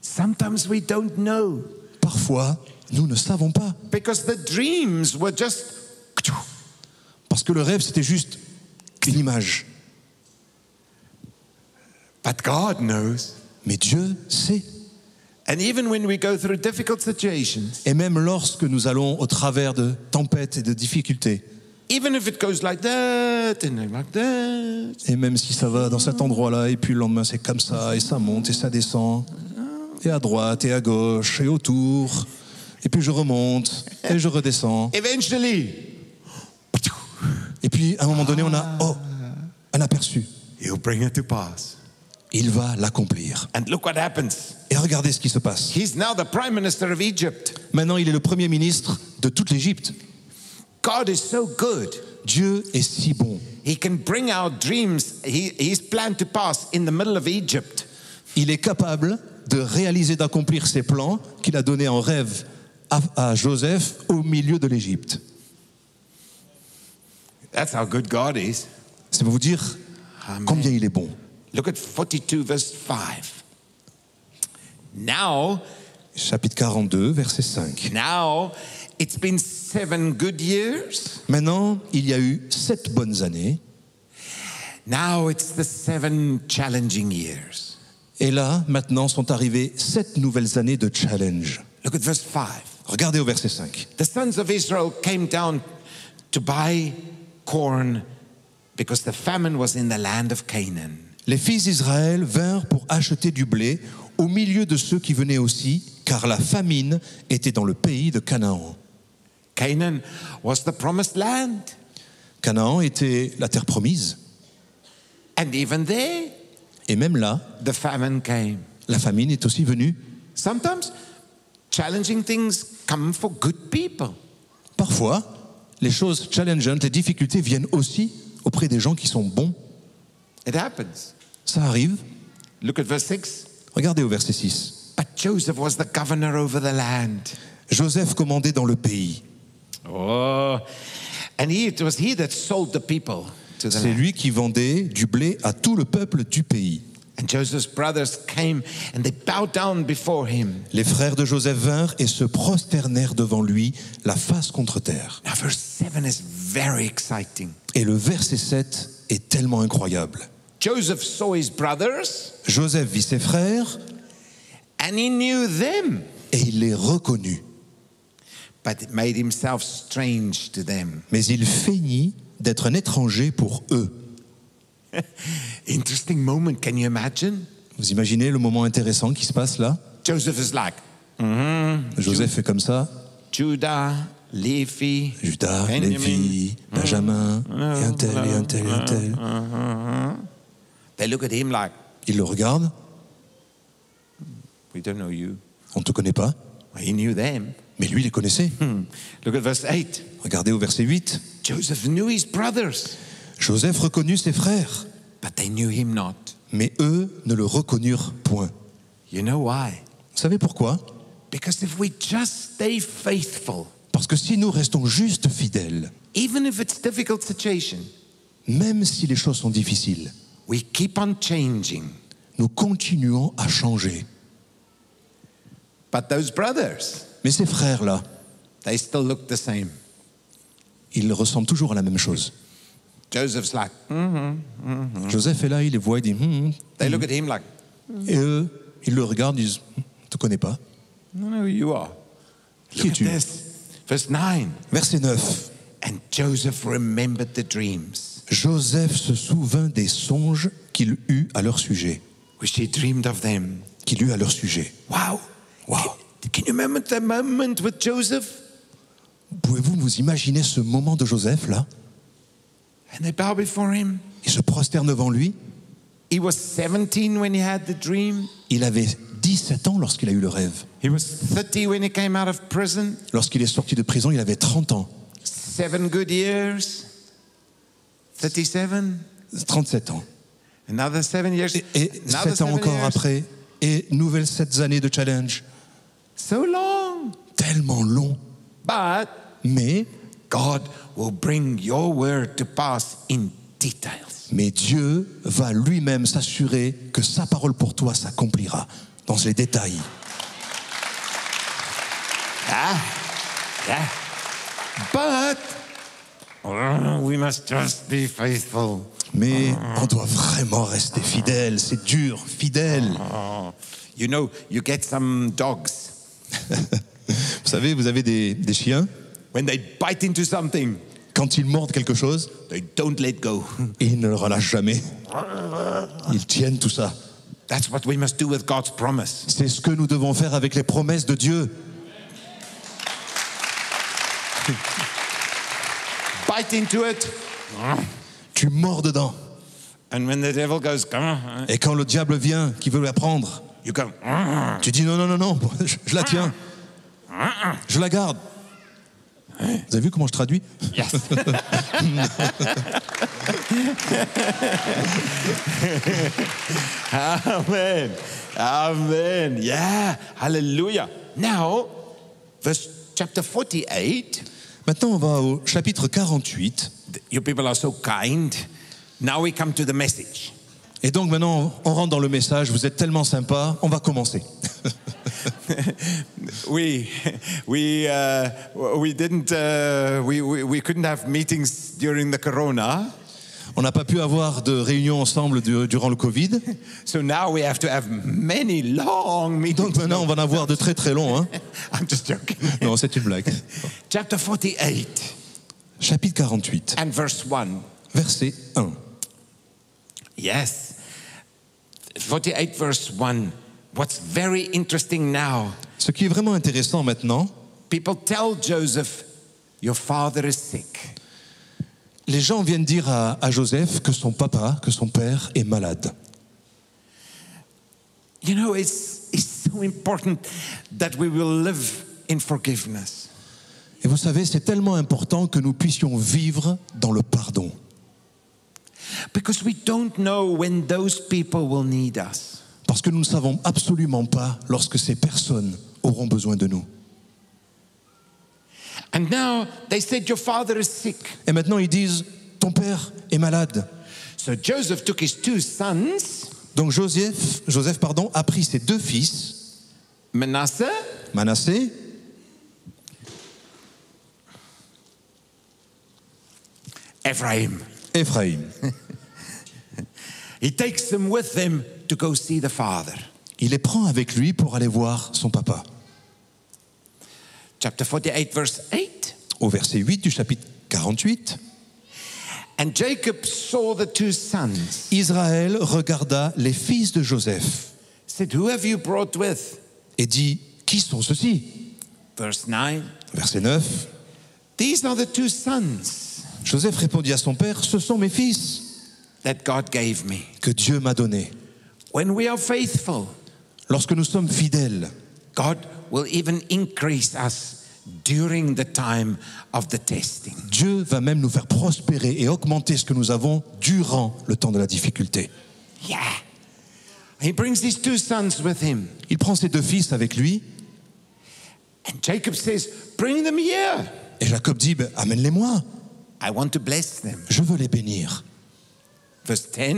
Speaker 2: Sometimes we don't know
Speaker 3: Parfois, nous ne savons pas,
Speaker 2: because the dreams were just.
Speaker 3: parce que le rêve, c'était juste une image.
Speaker 2: But God knows.
Speaker 3: Mais Dieu sait.
Speaker 2: And even when we go through difficult situations,
Speaker 3: Et même lorsque nous allons au travers de tempêtes et de difficultés,
Speaker 2: even if it goes like that and like that,
Speaker 3: et même si ça va dans cet endroit-là, et puis le lendemain c'est comme ça, et ça monte, et ça descend, et à droite, et à gauche, et autour, et puis je remonte, et je redescends.
Speaker 2: eventually
Speaker 3: Et puis à un moment donné, on a, oh, un aperçu.
Speaker 2: he'll bring it to pass.
Speaker 3: Il va l'accomplir.
Speaker 2: And look what happens.
Speaker 3: Et regardez ce qui se passe.
Speaker 2: He's now the prime minister of Egypt.
Speaker 3: Maintenant, il est le premier ministre de toute l'Égypte.
Speaker 2: God is so good.
Speaker 3: Dieu est si bon.
Speaker 2: He can bring our dreams, he, he's planned to pass in the middle of Egypt.
Speaker 3: Il est capable de réaliser, d'accomplir ses plans qu'il a donnés en rêve à, à Joseph au milieu de l'Égypte.
Speaker 2: That's how good God is.
Speaker 3: C'est pour vous dire
Speaker 2: Amen.
Speaker 3: combien il est bon.
Speaker 2: Look at 42, verse 5. Now,
Speaker 3: Chapitre 42, verset 5.
Speaker 2: now, it's been seven good years.
Speaker 3: Maintenant, il y a eu sept bonnes années,
Speaker 2: Now it's the seven challenging years.
Speaker 3: et là, maintenant, sont arrivées sept nouvelles années de challenge.
Speaker 2: Look at verse 5.
Speaker 3: Regardez au verset 5.
Speaker 2: The sons of Israel came down to buy corn because the famine was in the land of Canaan.
Speaker 3: Les fils d'Israël vinrent pour acheter du blé au milieu de ceux qui venaient aussi, car la famine était dans le pays de Canaan.
Speaker 2: Canaan was the promised land.
Speaker 3: Canaan était la terre promise,
Speaker 2: And even there,
Speaker 3: et même là,
Speaker 2: the famine came.
Speaker 3: la famine est aussi venue.
Speaker 2: Sometimes challenging things come for good people.
Speaker 3: Parfois, les choses challengeantes, les difficultés viennent aussi auprès des gens qui sont bons.
Speaker 2: It happens.
Speaker 3: Ça arrive.
Speaker 2: Look at verse 6.
Speaker 3: Regardez au verset 6.
Speaker 2: But Joseph was the governor over the land.
Speaker 3: Joseph commandait dans le pays.
Speaker 2: Oh. And he, it was he that sold the people to the
Speaker 3: C'est
Speaker 2: land.
Speaker 3: lui qui vendait du blé à tout le peuple du pays.
Speaker 2: And Joseph's brothers came and they bowed down before him.
Speaker 3: Les frères de Joseph vinrent et se prosternèrent devant lui, la face contre terre.
Speaker 2: Now, verse 7 is very exciting.
Speaker 3: Et le verset 7 est tellement incroyable.
Speaker 2: Joseph saw his brothers
Speaker 3: Joseph vit ses frères
Speaker 2: and he knew them,
Speaker 3: et il les reconnut,
Speaker 2: but it made himself strange to them.
Speaker 3: mais il feignit d'être un étranger pour eux.
Speaker 2: Interesting moment, can you imagine?
Speaker 3: Vous imaginez le moment intéressant qui se passe là
Speaker 2: Joseph is like,
Speaker 3: Joseph fait comme ça,
Speaker 2: Judah, Levi,
Speaker 3: Judas,
Speaker 2: Benjamin.
Speaker 3: Lévi, Benjamin, et un tel, et un tel, et un tel.
Speaker 2: They look at him like,
Speaker 3: Il le regarde,
Speaker 2: we don't know you.
Speaker 3: on ne te connaît pas,
Speaker 2: He knew them.
Speaker 3: mais lui il les connaissait.
Speaker 2: Hmm. Look at verse 8.
Speaker 3: Regardez au verset 8.
Speaker 2: Joseph knew his brothers,
Speaker 3: Joseph reconnut ses frères,
Speaker 2: but they knew him not.
Speaker 3: mais eux ne le reconnurent point.
Speaker 2: You know why?
Speaker 3: Vous savez pourquoi
Speaker 2: Because if we just stay faithful,
Speaker 3: Parce que si nous restons juste fidèles,
Speaker 2: even if it's difficult situation,
Speaker 3: même si les choses sont difficiles,
Speaker 2: we keep on changing.
Speaker 3: nous continuons à changer.
Speaker 2: But those brothers,
Speaker 3: Mais ces frères-là,
Speaker 2: they still look the same.
Speaker 3: ils ressemblent toujours à la même chose.
Speaker 2: Joseph's like,
Speaker 3: Joseph est là, il les voit, il dit, Hum, hum.
Speaker 2: they look at him like,
Speaker 3: Et eux, ils le regardent, ils disent, on te connaît pas.
Speaker 2: I don't know who you are.
Speaker 3: Qui
Speaker 2: Look at
Speaker 3: es-tu
Speaker 2: this. Verse 9.
Speaker 3: Verset 9.
Speaker 2: And Joseph remembered the dreams
Speaker 3: Joseph se souvint des songes qu'il eut à leur sujet,
Speaker 2: which he dreamed of them.
Speaker 3: qu'il eut à leur sujet.
Speaker 2: Wow. Wow. Can, can you remember that moment with Joseph?
Speaker 3: Pouvez-vous vous imaginer ce moment de Joseph là
Speaker 2: And they bow before him.
Speaker 3: Il se prosterne devant lui.
Speaker 2: He was 17 when he had the dream.
Speaker 3: Il avait 17 ans lorsqu'il a eu le rêve.
Speaker 2: He was 30 when he came out of prison.
Speaker 3: Lorsqu'il est sorti de prison, il avait 30 ans,
Speaker 2: Seven good years. 37.
Speaker 3: 37 ans.
Speaker 2: Another seven years.
Speaker 3: Et, et
Speaker 2: another
Speaker 3: 7 ans
Speaker 2: seven
Speaker 3: encore
Speaker 2: years.
Speaker 3: après, et nouvelles 7 années de challenge.
Speaker 2: So long.
Speaker 3: Tellement long.
Speaker 2: But
Speaker 3: Mais,
Speaker 2: God will bring your word to pass in details.
Speaker 3: mais Dieu va lui-même s'assurer que sa parole pour toi s'accomplira dans les détails.
Speaker 2: Yeah. But uh, we must just be faithful.
Speaker 3: Mais on doit vraiment rester fidèle, c'est dur, fidèle.
Speaker 2: Oh, you know, you get some dogs.
Speaker 3: Vous savez, vous avez des, des chiens,
Speaker 2: When they bite into something,
Speaker 3: quand ils mordent quelque chose,
Speaker 2: they don't let go.
Speaker 3: ils ne le relâchent jamais. Ils tiennent tout ça.
Speaker 2: That's what we must do with God's promise.
Speaker 3: C'est ce que nous devons faire avec les promesses de Dieu.
Speaker 2: Bite into it.
Speaker 3: Tu mords dedans.
Speaker 2: And when the devil goes, come on,
Speaker 3: Et quand le diable vient, qui veut la prendre,
Speaker 2: you go,
Speaker 3: tu dis non, non, non, non, moi, je, je la tiens. Je la garde. Eh, Vous avez vu comment je traduis
Speaker 2: yes. Amen. Amen. Yeah. Hallelujah. Now, verse chapter 48.
Speaker 3: Maintenant, on va au chapitre 48.
Speaker 2: You people are so kind. Now we come to the message.
Speaker 3: Et donc maintenant, on rentre dans le message. Vous êtes tellement sympa. On va commencer.
Speaker 2: we we uh, we didn't uh, we, we we couldn't have meetings during the corona,
Speaker 3: On n'a pas pu avoir de réunion ensemble du- durant le Covid.
Speaker 2: so now we have to have many long
Speaker 3: Donc
Speaker 2: meetings.
Speaker 3: maintenant, on va en avoir de très très longs. hein.
Speaker 2: I'm just joking.
Speaker 3: Non, c'est une blague.
Speaker 2: Chapter 48
Speaker 3: Chapitre 48,
Speaker 2: and verse 1.
Speaker 3: verset 1.
Speaker 2: Yes. 48 verse 1. What's very interesting now,
Speaker 3: Ce qui est vraiment intéressant maintenant,
Speaker 2: people tell Joseph, your father is sick.
Speaker 3: les gens viennent dire à, à Joseph que son papa, que son père est malade.
Speaker 2: You know, it's, it's so important that we will live in forgiveness.
Speaker 3: Et vous savez, c'est tellement important que nous puissions vivre dans le pardon.
Speaker 2: Because we don't know when those people will need us.
Speaker 3: Parce que nous ne savons absolument pas lorsque ces personnes auront besoin de nous.
Speaker 2: And now they said, Your father is sick.
Speaker 3: Et maintenant, ils disent, ton père est malade.
Speaker 2: So Joseph took his two sons,
Speaker 3: Donc Joseph, Joseph pardon, a pris ses deux fils,
Speaker 2: Manasseh
Speaker 3: Manassé
Speaker 2: Ephraim.
Speaker 3: et Ephraim.
Speaker 2: He takes them with him to go see the father.
Speaker 3: Il les prend avec lui pour aller voir son papa.
Speaker 2: Chapter 48, verse 8.
Speaker 3: Au verset 8 du chapitre 48,
Speaker 2: And Jacob saw the two sons,
Speaker 3: Israël regarda les fils de Joseph
Speaker 2: said, Who have you brought with?
Speaker 3: et dit, Qui sont ceux-ci
Speaker 2: Verse 9.
Speaker 3: Verset 9,
Speaker 2: These are the two sons
Speaker 3: Joseph répondit à son père, Ce sont mes fils
Speaker 2: that God gave me.
Speaker 3: que Dieu m'a donnés.
Speaker 2: When we are faithful,
Speaker 3: Lorsque nous sommes fidèles,
Speaker 2: God will even increase us during the time of the testing.
Speaker 3: Dieu va même nous faire prospérer et augmenter ce que nous avons durant le temps de la difficulté.
Speaker 2: Yeah. He brings these two sons with him.
Speaker 3: Il prend ses deux fils avec lui
Speaker 2: And Jacob says, Bring them here.
Speaker 3: et Jacob dit, Ben, Amène-les-moi,
Speaker 2: I want to bless them.
Speaker 3: je veux les bénir.
Speaker 2: Verse 10.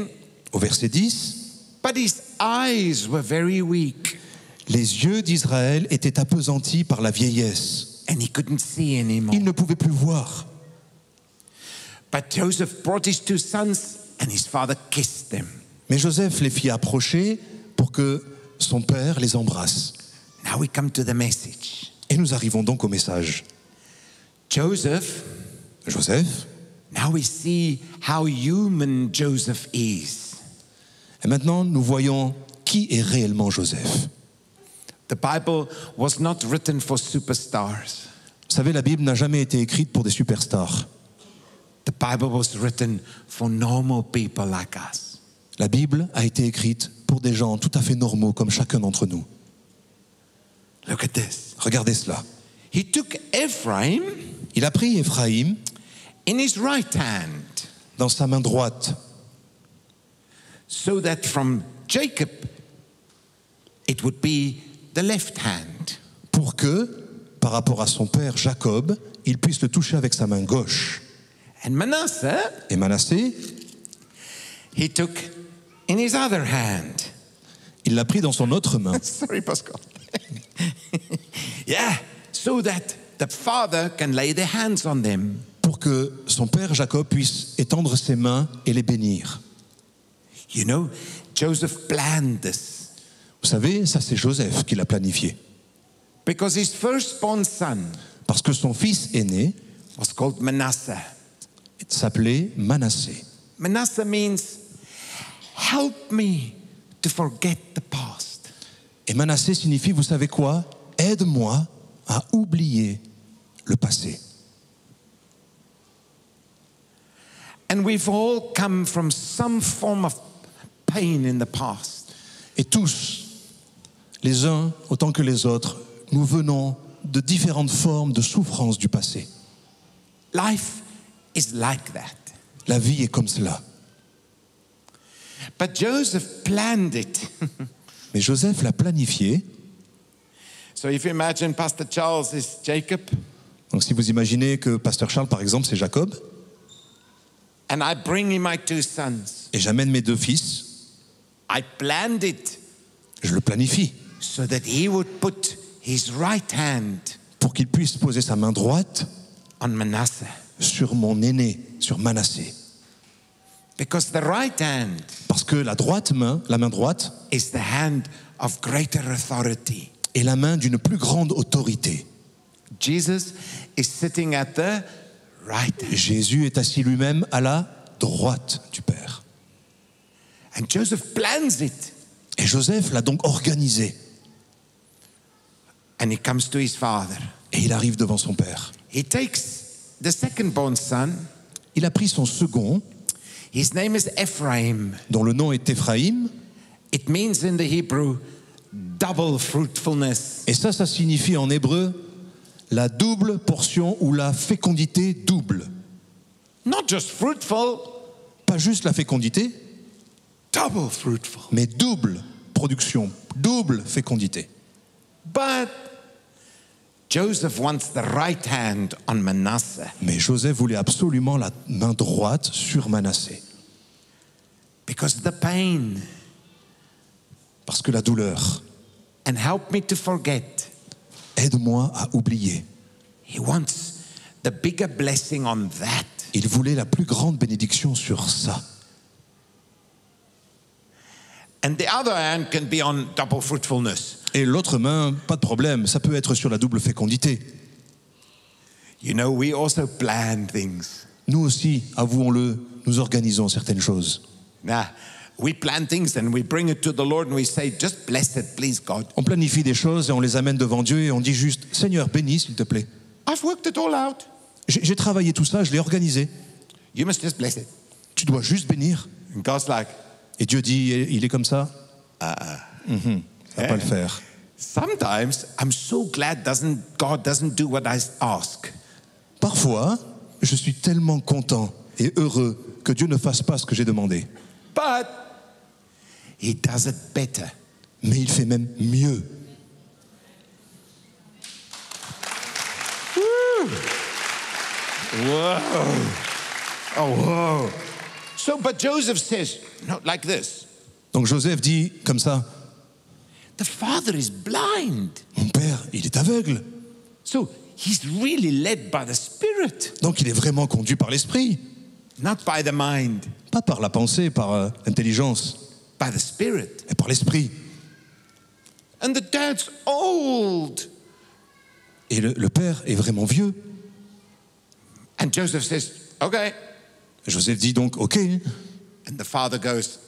Speaker 3: Au verset 10,
Speaker 2: But his eyes were very weak
Speaker 3: les yeux d'Israël étaient appesantis par la vieillesse.
Speaker 2: and he couldn't see anymore.
Speaker 3: Il ne pouvait plus voir.
Speaker 2: But Joseph brought his two sons and his father kissed them.
Speaker 3: Mais Joseph les fit approcher pour que son Père les embrasse.
Speaker 2: Now we come to the message.
Speaker 3: Et nous arrivons donc au message.
Speaker 2: Joseph,
Speaker 3: Joseph,
Speaker 2: now we see how human Joseph is.
Speaker 3: et maintenant nous voyons qui est réellement Joseph.
Speaker 2: The Bible was not written for superstars,
Speaker 3: Vous savez, la Bible n'a jamais été écrite pour des superstars.
Speaker 2: the Bible was written for normal people like us.
Speaker 3: La Bible a été écrite pour des gens tout à fait normaux comme chacun d'entre nous.
Speaker 2: Look at this.
Speaker 3: Regardez cela.
Speaker 2: He took Ephraim
Speaker 3: Il a pris Éphraïm
Speaker 2: in his right hand,
Speaker 3: dans sa main droite,
Speaker 2: so that from Jacob it would be the left hand.
Speaker 3: pour que, par rapport à son père Jacob, il puisse le toucher avec sa main gauche.
Speaker 2: And Manasseh
Speaker 3: Et Manassé,
Speaker 2: he took in his other hand.
Speaker 3: il l'a pris dans son autre main,
Speaker 2: Sorry, Pascal. yeah, so that the father can lay their hands on them.
Speaker 3: pour que son père Jacob puisse étendre ses mains et les bénir.
Speaker 2: You know, Joseph planned this
Speaker 3: Vous savez, ça c'est Joseph qui l'a planifié.
Speaker 2: because his firstborn son
Speaker 3: Parce que son fils aîné
Speaker 2: was called Manasseh.
Speaker 3: s'appelait Manassé.
Speaker 2: Manasseh means, help me to forget the past.
Speaker 3: Et Manassé signifie, vous savez quoi Aide-moi à oublier le passé.
Speaker 2: And we've all come from some form of pain in the past.
Speaker 3: Et tous, les uns autant que les autres, nous venons de différentes formes de souffrance du passé.
Speaker 2: Life is like that.
Speaker 3: La vie est comme cela.
Speaker 2: But Joseph planned it.
Speaker 3: Mais Joseph l'a planifié.
Speaker 2: so if you imagine Pastor Charles is Jacob.
Speaker 3: Donc si vous imaginez que Pasteur Charles, par exemple, c'est Jacob,
Speaker 2: and I bring him my two sons.
Speaker 3: et j'amène mes deux fils,
Speaker 2: I planned it
Speaker 3: je le planifie
Speaker 2: so that he would put his right hand
Speaker 3: pour qu'il puisse poser sa main droite
Speaker 2: on Manasseh.
Speaker 3: sur mon aîné, sur Manassé.
Speaker 2: Because the right hand
Speaker 3: Parce que la droite main, la main droite,
Speaker 2: is the hand of greater authority.
Speaker 3: est la main d'une plus grande autorité.
Speaker 2: Jesus is sitting at the right hand.
Speaker 3: Jésus est assis lui-même à la droite du Père.
Speaker 2: And Joseph plans it.
Speaker 3: Et Joseph l'a donc organisé.
Speaker 2: And he comes to his father.
Speaker 3: Et il arrive devant son père.
Speaker 2: He takes the second born son.
Speaker 3: Il a pris son second,
Speaker 2: His name is Ephraim.
Speaker 3: dont le nom est Éphraïm,
Speaker 2: It means in the Hebrew double fruitfulness.
Speaker 3: et ça, ça signifie en hébreu la double portion ou la fécondité double.
Speaker 2: Not just fruitful,
Speaker 3: Pas juste la fécondité,
Speaker 2: double fruitful.
Speaker 3: mais double production, double fécondité.
Speaker 2: But Joseph wants the right hand on Manasseh
Speaker 3: Mais Joseph voulait absolument la main droite sur Manassé,
Speaker 2: because the pain.
Speaker 3: parce que la douleur,
Speaker 2: And help me to forget.
Speaker 3: aide-moi à oublier.
Speaker 2: He wants the bigger blessing on that.
Speaker 3: Il voulait la plus grande bénédiction sur ça.
Speaker 2: And the other hand can be on double fruitfulness.
Speaker 3: Et l'autre main, pas de problème, ça peut être sur la double fécondité.
Speaker 2: You know, we also plan things.
Speaker 3: Nous aussi, avouons-le, nous organisons certaines choses.
Speaker 2: Nah, we plan things and we bring it to the Lord and we say, just bless it, please, God.
Speaker 3: On planifie des choses et on les amène devant Dieu et on dit juste Seigneur, bénis, s'il te plaît.
Speaker 2: I've worked it all out.
Speaker 3: J'ai j'ai travaillé tout ça, je l'ai organisé.
Speaker 2: You must just bless it.
Speaker 3: Tu dois juste bénir.
Speaker 2: And God's like,
Speaker 3: Et Dieu dit Eh, Il est comme ça Mhm, Ça va pas le faire.
Speaker 2: sometimes I'm so glad doesn't God doesn't do what I ask.
Speaker 3: Parfois, je suis tellement content et heureux que Dieu ne fasse pas ce que j'ai demandé.
Speaker 2: But he does it better.
Speaker 3: Mais il fait même mieux.
Speaker 2: Oh, whoa. So, but Joseph says, no, like this
Speaker 3: Donc Joseph dit comme ça
Speaker 2: the father is blind.
Speaker 3: Mon père, il est aveugle.
Speaker 2: So he's really led by the spirit,
Speaker 3: Donc il est vraiment conduit par l'esprit.
Speaker 2: not by the mind,
Speaker 3: Pas par la pensée, par euh, l'intelligence,
Speaker 2: by the spirit.
Speaker 3: mais par l'esprit.
Speaker 2: And the dad's old.
Speaker 3: Et le, le père est vraiment vieux.
Speaker 2: And Joseph says, Okay.
Speaker 3: Joseph dit donc OK.
Speaker 2: And the father goes,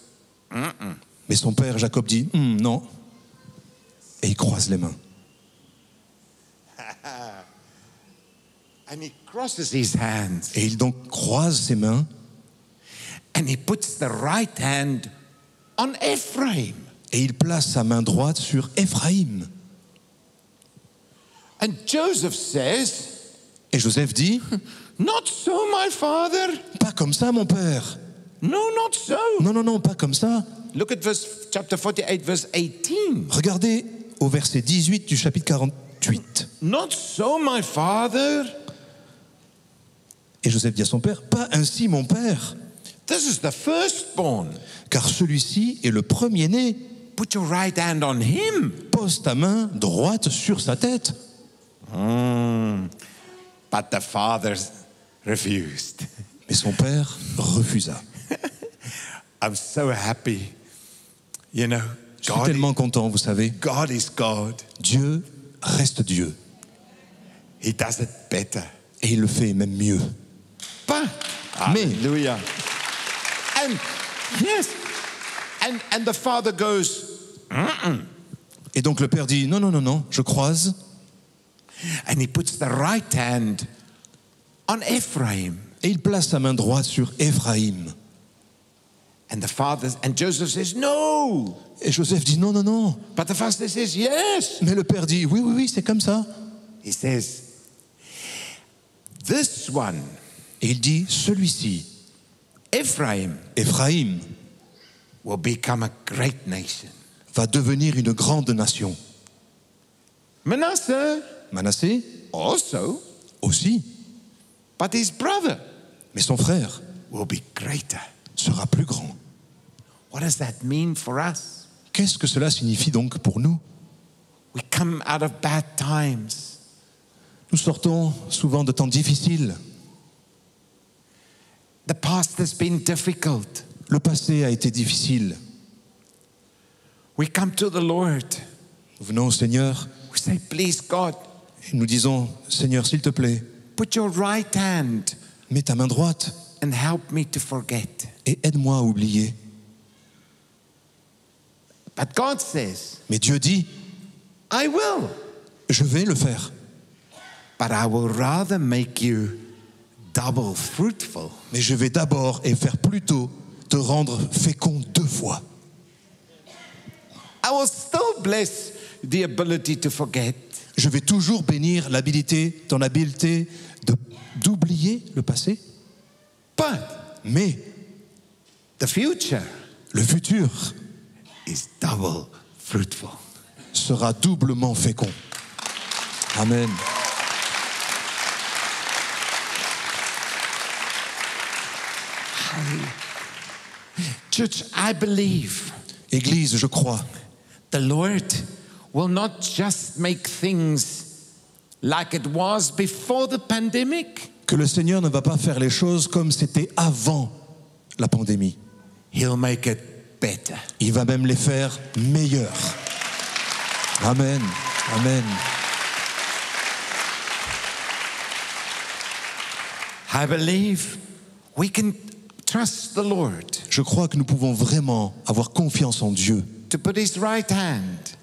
Speaker 3: Mais son père, Jacob, dit Hmm, non. Et il croise les mains.
Speaker 2: and he crosses his hands
Speaker 3: Et il donc croise ses mains
Speaker 2: and he puts the right hand on Ephraim.
Speaker 3: et il place sa main droite sur Éphraïm.
Speaker 2: And Joseph says,
Speaker 3: Et Joseph dit
Speaker 2: Not so, my father.
Speaker 3: Pas comme ça, mon père.
Speaker 2: No, not so.
Speaker 3: Non, non, non, pas comme ça.
Speaker 2: Look at verse chapter 48, verse 18.
Speaker 3: Regardez au verset 18 du chapitre 48.
Speaker 2: Not so, my father.
Speaker 3: Et Joseph dit à son père Pas ainsi, mon père,
Speaker 2: This is the firstborn.
Speaker 3: car celui-ci est le premier-né.
Speaker 2: Put your right hand on him.
Speaker 3: Pose ta main droite sur sa tête.
Speaker 2: But the father refused.
Speaker 3: Mais son père refusa.
Speaker 2: I'm so happy. You know,
Speaker 3: Je suis
Speaker 2: God,
Speaker 3: tellement content, vous savez.
Speaker 2: God is God.
Speaker 3: Dieu reste Dieu.
Speaker 2: He does it better.
Speaker 3: Et il le fait même mieux.
Speaker 2: But,
Speaker 3: Mais-
Speaker 2: hallelujah. And yes, and, and the father goes,
Speaker 3: Et donc le père dit Non, non, non, non, je croise.
Speaker 2: and he puts the right hand on Ephraim.
Speaker 3: Et il place sa main droite sur Éphraïm.
Speaker 2: And the father, and Joseph says, no.
Speaker 3: Et Joseph dit Non, non, non.
Speaker 2: But the father says, yes.
Speaker 3: Mais le père dit Oui, oui, oui, c'est comme ça.
Speaker 2: He says, this one,
Speaker 3: Et il dit Celui-ci,
Speaker 2: Ephraim,
Speaker 3: Éphraïm,
Speaker 2: will become a great nation.
Speaker 3: va devenir une grande nation.
Speaker 2: Manasseh
Speaker 3: Manassé
Speaker 2: also,
Speaker 3: aussi,
Speaker 2: but his brother
Speaker 3: mais son frère
Speaker 2: will be greater.
Speaker 3: sera plus grand.
Speaker 2: What does that mean for us?
Speaker 3: Qu'est-ce que cela signifie donc pour nous
Speaker 2: We come out of bad times.
Speaker 3: Nous sortons souvent de temps difficiles.
Speaker 2: The past has been difficult.
Speaker 3: Le passé a été difficile.
Speaker 2: We come to the Lord.
Speaker 3: Nous venons au Seigneur
Speaker 2: We say, please, God,
Speaker 3: et nous disons Seigneur, s'il te plaît,
Speaker 2: put your right hand
Speaker 3: mets ta main droite
Speaker 2: and help me to forget.
Speaker 3: et aide-moi à oublier.
Speaker 2: But God says,
Speaker 3: Mais Dieu dit
Speaker 2: I will,
Speaker 3: Je vais le faire,
Speaker 2: but I will rather make you double fruitful.
Speaker 3: mais je vais d'abord et faire plutôt te rendre fécond deux fois.
Speaker 2: I will still bless the ability to forget,
Speaker 3: Je vais toujours bénir l'habilité, ton habileté de- d'oublier le passé,
Speaker 2: but
Speaker 3: mais
Speaker 2: the future
Speaker 3: le futur
Speaker 2: is double fruitful.
Speaker 3: sera doublement fécond. Amen.
Speaker 2: Church, I believe
Speaker 3: Église, je crois
Speaker 2: the Lord will not just make things like it was before the pandemic,
Speaker 3: que le Seigneur ne va pas faire les choses comme c'était avant la pandémie.
Speaker 2: He'll make it better.
Speaker 3: Il va même les faire meilleures. Amen. Amen.
Speaker 2: I believe we can trust the Lord
Speaker 3: Je crois que nous pouvons vraiment avoir confiance en Dieu
Speaker 2: to put His right hand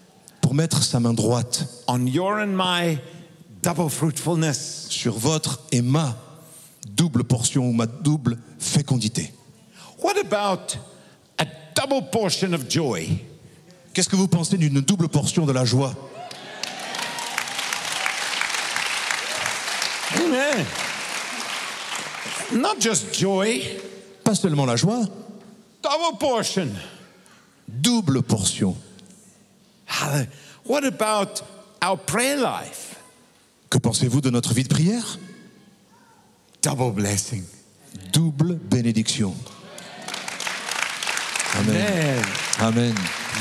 Speaker 3: pour mettre sa main droite
Speaker 2: on your and my double fruitfulness.
Speaker 3: sur votre et ma double portion ou ma double fécondité.
Speaker 2: What about a double portion of joy?
Speaker 3: Qu'est-ce que vous pensez d'une double portion de la joie
Speaker 2: Amen. Not just joy,
Speaker 3: Pas seulement la joie,
Speaker 2: double portion.
Speaker 3: double portion.
Speaker 2: Hallelujah. What about our prayer life?
Speaker 3: Que pensez-vous de notre vie de prière
Speaker 2: Double blessing.
Speaker 3: double bénédiction. Amen.
Speaker 2: Amen. Ah, oh!
Speaker 3: Amen.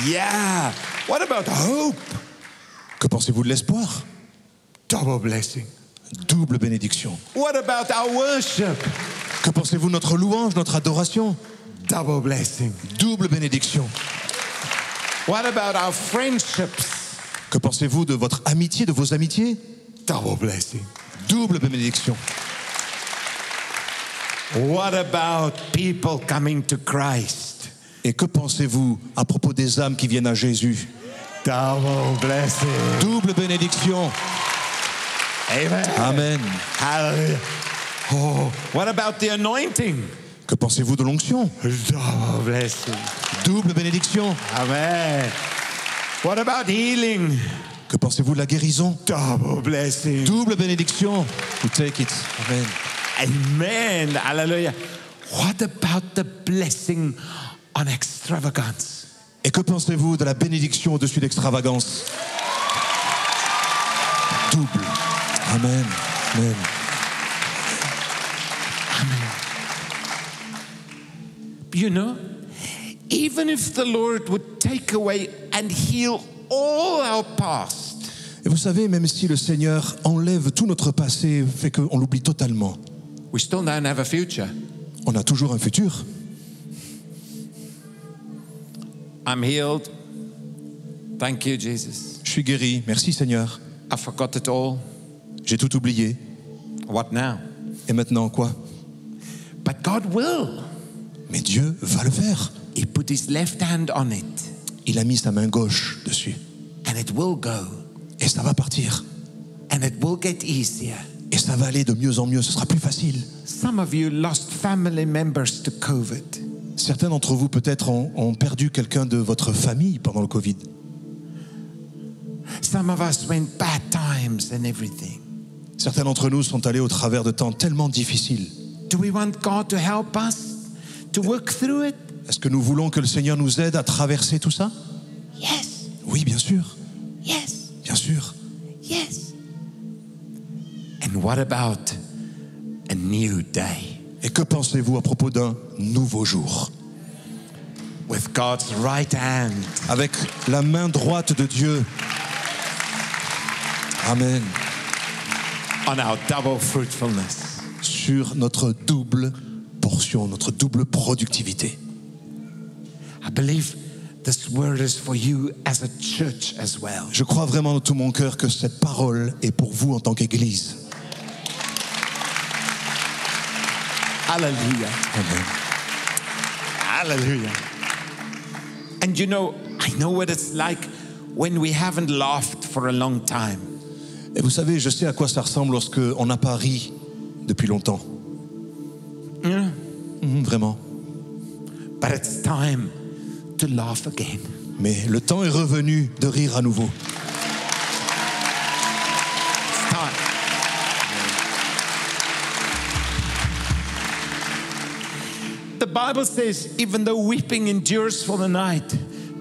Speaker 2: Yeah. What about hope?
Speaker 3: Que pensez-vous de l'espoir
Speaker 2: Double blessing.
Speaker 3: Double bénédiction.
Speaker 2: What about our worship?
Speaker 3: Que pensez-vous de notre louange, notre adoration
Speaker 2: Double blessing.
Speaker 3: Double bénédiction.
Speaker 2: What about our friendships?
Speaker 3: Que pensez-vous de votre amitié, de vos amitiés
Speaker 2: Double blessing.
Speaker 3: Double bénédiction.
Speaker 2: What about people coming to Christ?
Speaker 3: Et que pensez-vous à propos des âmes qui viennent à Jésus
Speaker 2: Double blessing.
Speaker 3: Double bénédiction.
Speaker 2: Amen.
Speaker 3: Amen.
Speaker 2: Hallelujah. Oh, what about the anointing?
Speaker 3: Que pensez-vous de l'onction
Speaker 2: Double blessing.
Speaker 3: Double bénédiction.
Speaker 2: Amen. What about healing?
Speaker 3: Que pensez-vous de la guérison
Speaker 2: Double blessing.
Speaker 3: Double bénédiction. You take it. Amen.
Speaker 2: Amen. Hallelujah. What about the blessing on extravagance?
Speaker 3: Et que pensez-vous de la bénédiction au-dessus d'extravagance Double. Amen. Amen.
Speaker 2: You know, even if the Lord would take away and heal all our past,
Speaker 3: Et vous savez, même si le Seigneur enlève tout notre passé, fait qu'on l'oublie totalement,
Speaker 2: we still don't have a future.
Speaker 3: on a toujours un futur.
Speaker 2: I'm healed. Thank you, Jesus.
Speaker 3: Je suis guéri, merci Seigneur.
Speaker 2: I forgot it all.
Speaker 3: J'ai tout oublié.
Speaker 2: What now?
Speaker 3: Et maintenant quoi
Speaker 2: But God will.
Speaker 3: Mais Dieu va le faire.
Speaker 2: He put his left hand on it,
Speaker 3: Il a mis sa main gauche dessus.
Speaker 2: and it will go,
Speaker 3: Et ça va partir.
Speaker 2: and it will get easier.
Speaker 3: Et ça va aller de mieux en mieux. Ce sera plus facile.
Speaker 2: Some of you lost family members to COVID.
Speaker 3: Certains d'entre vous peut-être ont, ont perdu quelqu'un de votre famille pendant le Covid.
Speaker 2: Some of us went bad times and everything.
Speaker 3: Certains d'entre nous sont allés au travers de temps tellement difficiles.
Speaker 2: Do we want God to help us to work through it?
Speaker 3: Est-ce que nous voulons que le Seigneur nous aide à traverser tout ça
Speaker 4: Yes,
Speaker 3: Oui, bien sûr.
Speaker 4: yes,
Speaker 3: Bien sûr.
Speaker 4: yes.
Speaker 2: And what about a new day
Speaker 3: Et que pensez-vous à propos d'un nouveau jour
Speaker 2: with God's right hand?
Speaker 3: Avec la main droite de Dieu. Amen.
Speaker 2: on our double fruitfulness.
Speaker 3: Sur notre double portion, notre double productivité.
Speaker 2: I believe this word is for you as a church as well.
Speaker 3: Je crois vraiment de tout mon cœur que cette parole est pour vous en tant qu'Église.
Speaker 2: Hallelujah.
Speaker 3: Amen.
Speaker 2: Hallelujah. And you know, I know what it's like when we haven't laughed for a long time.
Speaker 3: Et vous savez, je sais à quoi ça ressemble lorsque on n'a pas ri depuis longtemps. Mhm, vraiment.
Speaker 2: But it's time to laugh again.
Speaker 3: Mais le temps est revenu de rire à nouveau.
Speaker 2: It's time. The Bible says, even though weeping endures for the night,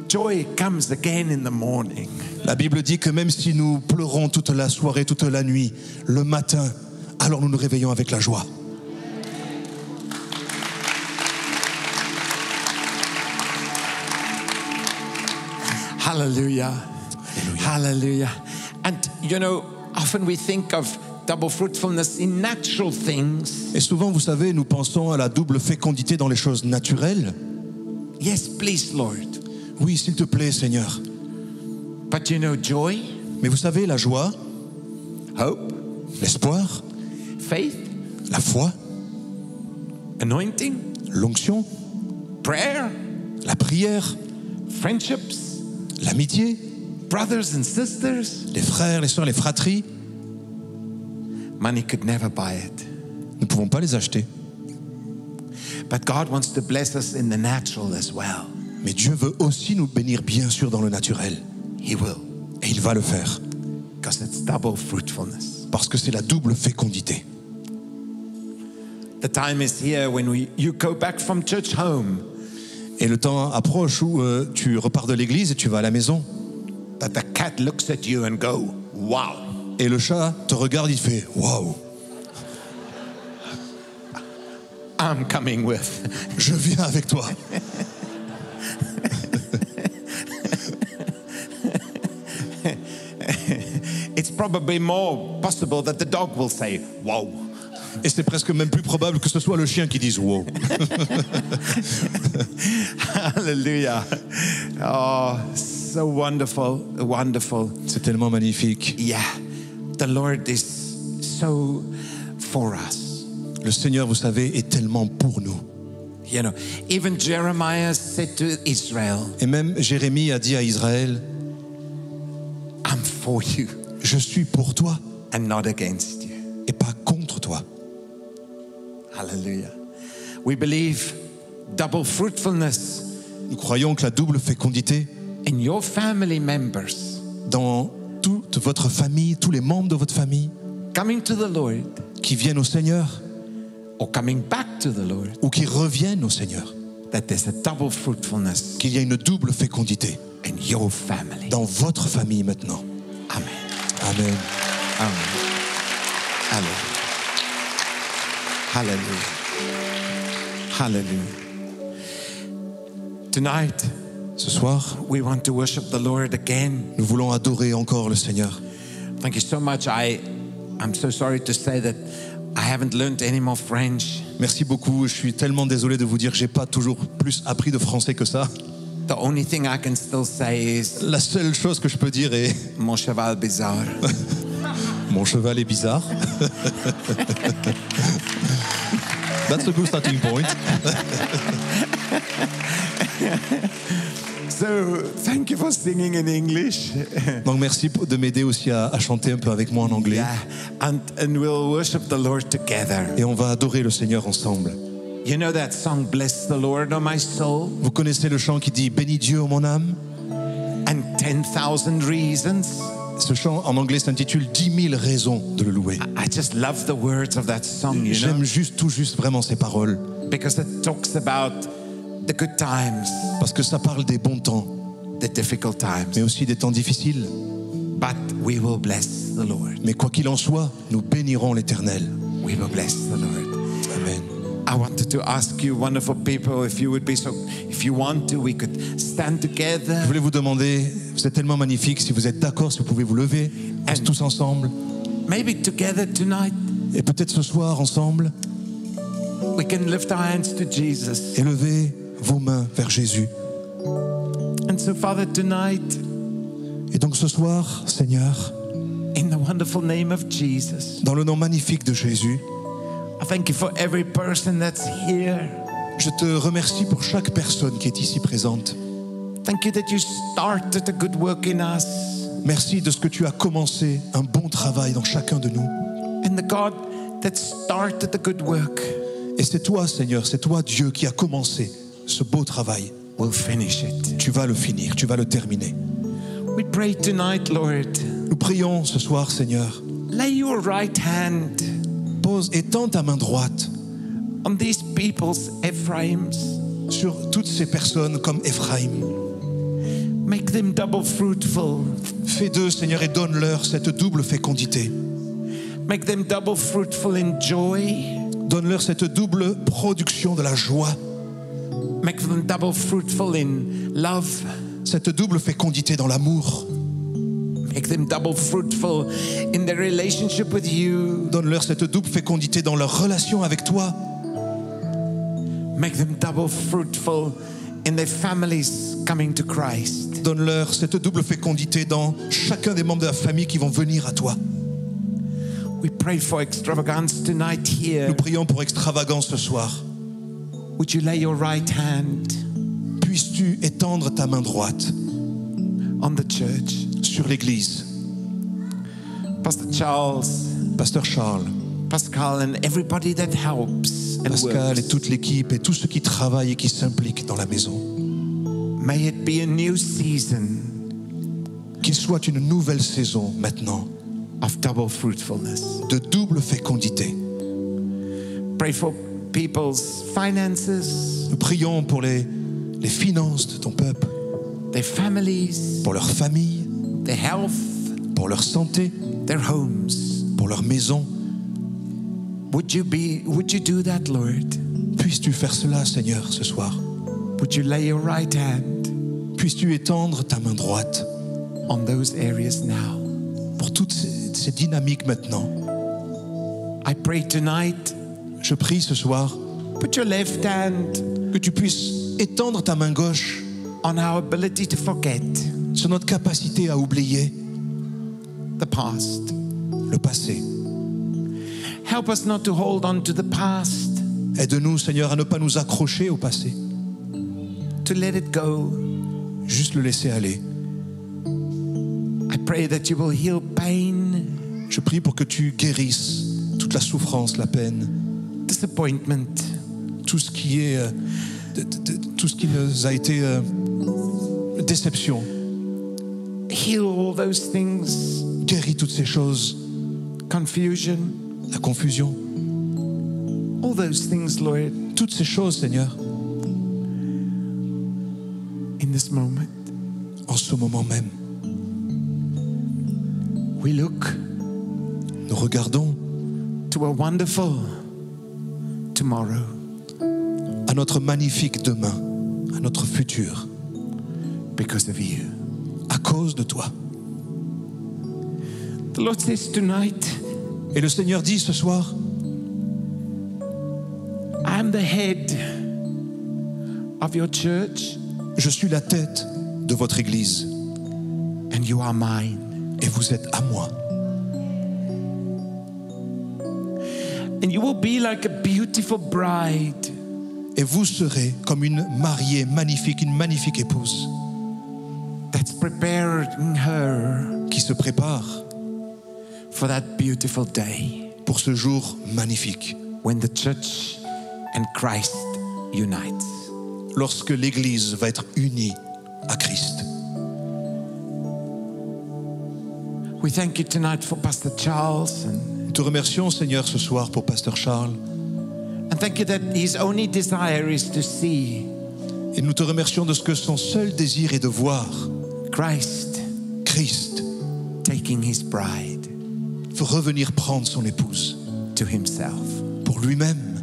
Speaker 2: joy comes again in the morning.
Speaker 3: La Bible dit que même si nous pleurons toute la soirée, toute la nuit, le matin, alors nous nous réveillons avec la joie.
Speaker 2: Hallelujah. Hallelujah. And you know, often we think of double fruitfulness in natural things.
Speaker 3: Et souvent, vous savez, nous pensons à la double fécondité dans les choses naturelles.
Speaker 2: Yes, please, Lord.
Speaker 3: Oui, s'il te plaît, Seigneur.
Speaker 2: But you know, joy,
Speaker 3: Mais vous savez, la joie,
Speaker 2: hope,
Speaker 3: l'espoir,
Speaker 2: faith,
Speaker 3: la foi,
Speaker 2: anointing,
Speaker 3: l'onction,
Speaker 2: prayer,
Speaker 3: la prière,
Speaker 2: friendships,
Speaker 3: l'amitié,
Speaker 2: brothers and sisters,
Speaker 3: les frères, les sœurs, les fratries,
Speaker 2: money could never buy it.
Speaker 3: nous ne pouvons pas les acheter.
Speaker 2: But God wants to bless us in the natural as well.
Speaker 3: Mais Dieu veut aussi nous bénir, bien sûr, dans le naturel.
Speaker 2: He will,
Speaker 3: Et il va le faire,
Speaker 2: because it's double fruitfulness.
Speaker 3: parce que c'est la double fécondité.
Speaker 2: The time is here when we, you go back from church home,
Speaker 3: Et le temps approche où euh, tu repars de l'église et tu vas à la maison.
Speaker 2: but the cat looks at you and go, wow.
Speaker 3: Et le chat te regarde, il fait Waouh,
Speaker 2: I'm coming with.
Speaker 3: je viens avec toi.
Speaker 2: It's probably more possible that the dog will say, Whoa.
Speaker 3: Et c'est presque même plus probable que ce soit le chien qui dise Wow.
Speaker 2: Hallelujah. Oh, so so wonderful, wonderful.
Speaker 3: C'est tellement magnifique.
Speaker 2: Yeah, the Lord is so for us.
Speaker 3: Le Seigneur, vous savez, est tellement pour nous.
Speaker 2: You know, even Jeremiah said to Israel,
Speaker 3: Et même Jérémie a dit à Israël,
Speaker 2: I'm for you
Speaker 3: je suis pour toi
Speaker 2: and not against you.
Speaker 3: et pas contre toi.
Speaker 2: Hallelujah. We believe double fruitfulness
Speaker 3: Nous croyons que la double fécondité
Speaker 2: in your family members
Speaker 3: dans toute votre famille, tous les membres de votre famille
Speaker 2: coming to the Lord
Speaker 3: qui viennent au Seigneur
Speaker 2: or coming back to the Lord,
Speaker 3: ou qui reviennent au Seigneur,
Speaker 2: that there's a double fruitfulness
Speaker 3: qu'il y a une double fécondité
Speaker 2: in your family.
Speaker 3: dans votre famille maintenant.
Speaker 2: Amen.
Speaker 3: Amen.
Speaker 2: Amen. Hallelujah. Hallelujah. Hallelujah. Tonight,
Speaker 3: Ce soir,
Speaker 2: we want to worship the Lord again.
Speaker 3: nous voulons adorer encore le Seigneur.
Speaker 2: Thank you so much. I, I'm so sorry to say that I haven't learned any more French.
Speaker 3: Merci beaucoup. Je suis tellement désolé de vous dire que j'ai pas toujours plus appris de français que ça.
Speaker 2: The only thing I can still say is
Speaker 3: La seule chose que je peux dire est
Speaker 2: mon cheval bizarre.
Speaker 3: mon cheval est bizarre. That's a good starting point.
Speaker 2: so thank you for singing in English.
Speaker 3: Donc merci de m'aider aussi à, à chanter un peu avec moi en anglais.
Speaker 2: yeah, and, and we'll worship the Lord together.
Speaker 3: Et on va adorer le Seigneur ensemble.
Speaker 2: You know that song, Bless the Lord, O my soul?
Speaker 3: Vous connaissez le chant qui dit Bénis Dieu ô mon âme
Speaker 2: and 10,000 reasons.
Speaker 3: Ce chant en anglais s'intitule 10 000 raisons de le louer.
Speaker 2: I just love the words of that song, you
Speaker 3: J'aime
Speaker 2: know,
Speaker 3: juste, tout juste vraiment ces paroles.
Speaker 2: because it talks about the good times,
Speaker 3: Parce que ça parle des bons temps,
Speaker 2: the difficult times.
Speaker 3: mais aussi des temps difficiles.
Speaker 2: But we will bless the Lord.
Speaker 3: Mais quoi qu'il en soit, nous bénirons l'Éternel.
Speaker 2: We will bless the Lord.
Speaker 3: Amen.
Speaker 2: I wanted to ask you, wonderful people, if you would be so, if you want to, we could stand
Speaker 3: Je
Speaker 2: together
Speaker 3: voulais vous demander, vous êtes tellement magnifique, si vous êtes d'accord, si vous pouvez vous lever, on se tous ensemble,
Speaker 2: maybe together tonight.
Speaker 3: et peut-être ce soir ensemble,
Speaker 2: We can lift our hands to Jesus.
Speaker 3: et levez vos mains vers Jésus.
Speaker 2: And so, Father, tonight,
Speaker 3: Et donc ce soir, Seigneur,
Speaker 2: in the wonderful name of Jesus,
Speaker 3: dans le nom magnifique de Jésus,
Speaker 2: I thank you for every person that's here.
Speaker 3: je te remercie pour chaque personne qui est ici présente.
Speaker 2: Thank you that you started a good work in us.
Speaker 3: Merci de ce que tu as commencé un bon travail dans chacun de nous.
Speaker 2: And the God that started the good work
Speaker 3: Et c'est toi, Seigneur, c'est toi, Dieu, qui a commencé ce beau travail.
Speaker 2: will finish it.
Speaker 3: Tu vas le finir, tu vas le terminer.
Speaker 2: We pray tonight, Lord,
Speaker 3: Nous prions ce soir, Seigneur,
Speaker 2: lay your right hand
Speaker 3: pose et tends ta main droite
Speaker 2: on these people's Ephraims.
Speaker 3: sur toutes ces personnes comme Ephraim.
Speaker 2: Make them double fruitful.
Speaker 3: Fais d'eux, Seigneur, et donne-leur cette double fécondité.
Speaker 2: Make them double fruitful in joy.
Speaker 3: Donne-leur cette double production de la joie,
Speaker 2: Make them double fruitful in love.
Speaker 3: cette double fécondité dans l'amour.
Speaker 2: Make them double fruitful in their relationship with you.
Speaker 3: Donne-leur cette double fécondité dans leur relation avec toi.
Speaker 2: Make them double fruitful in their families coming to Christ.
Speaker 3: Donne-leur cette double fécondité dans chacun des membres de la famille qui vont venir à toi.
Speaker 2: We pray for extravagance tonight here.
Speaker 3: Nous prions pour extravagance ce soir.
Speaker 2: Would you lay your right hand
Speaker 3: Puisses-tu étendre ta main droite
Speaker 2: on the church?
Speaker 3: sur l'Église,
Speaker 2: Pastor Charles,
Speaker 3: Pasteur Charles,
Speaker 2: Pascal, and everybody that helps and
Speaker 3: Pascal
Speaker 2: works.
Speaker 3: et toute l'équipe et tous ceux qui travaillent et qui s'impliquent dans la maison.
Speaker 2: May it be a new season
Speaker 3: Qu'il soit une nouvelle saison maintenant
Speaker 2: of double fruitfulness.
Speaker 3: de double fécondité.
Speaker 2: Pray for people's finances,
Speaker 3: Nous prions pour les, les finances de ton peuple,
Speaker 2: their families,
Speaker 3: pour leur famille,
Speaker 2: their health,
Speaker 3: pour leur santé,
Speaker 2: their homes.
Speaker 3: pour leur maison.
Speaker 2: Would you be would you do that, Lord?
Speaker 3: Puisses-tu faire cela, Seigneur, ce soir.
Speaker 2: Would you lay your right hand
Speaker 3: Puisses-tu étendre ta main droite
Speaker 2: on those areas now?
Speaker 3: pour toutes ces, ces dynamiques maintenant.
Speaker 2: I pray tonight,
Speaker 3: Je prie ce soir
Speaker 2: put your left hand
Speaker 3: que tu puisses étendre ta main gauche
Speaker 2: on our ability to forget.
Speaker 3: sur notre capacité à oublier
Speaker 2: the past.
Speaker 3: le passé.
Speaker 2: Help us not to hold on to the past,
Speaker 3: Aide-nous, Seigneur, à ne pas nous accrocher au passé,
Speaker 2: to let it go.
Speaker 3: juste le laisser aller.
Speaker 2: I pray that you will heal pain,
Speaker 3: Je prie pour que tu guérisses toute la souffrance, la peine,
Speaker 2: disappointment,
Speaker 3: tout ce qui est, euh, de- de- de- tout ce qui nous a été euh, déception.
Speaker 2: heal all those things,
Speaker 3: Guéris toutes ces choses,
Speaker 2: confusion,
Speaker 3: la confusion,
Speaker 2: all those things, Lord,
Speaker 3: toutes ces choses, Seigneur,
Speaker 2: in this moment.
Speaker 3: en ce moment même.
Speaker 2: We look
Speaker 3: Nous regardons
Speaker 2: to a wonderful tomorrow.
Speaker 3: à notre magnifique demain, à notre futur,
Speaker 2: because of you.
Speaker 3: à cause de toi.
Speaker 2: The Lord says tonight,
Speaker 3: Et le Seigneur dit ce soir,
Speaker 2: I'm the head of your church
Speaker 3: je suis la tête de votre Église
Speaker 2: and you are mine.
Speaker 3: et vous êtes à moi.
Speaker 2: And you will be like a beautiful bride
Speaker 3: Et vous serez comme une mariée magnifique, une magnifique épouse
Speaker 2: that's preparing her
Speaker 3: qui se prépare
Speaker 2: for that beautiful day
Speaker 3: pour ce jour magnifique,
Speaker 2: when the church and Christ unites.
Speaker 3: lorsque l'Église va être unie à Christ.
Speaker 2: We thank you tonight for Pastor Charles and,
Speaker 3: Nous te remercions, Seigneur, ce soir pour Pasteur Charles.
Speaker 2: and thank you that his only desire is to see
Speaker 3: Et nous te remercions de ce que son seul désir est de voir
Speaker 2: Christ
Speaker 3: Christ
Speaker 2: taking his bride
Speaker 3: revenir prendre son épouse
Speaker 2: to himself.
Speaker 3: pour lui-même.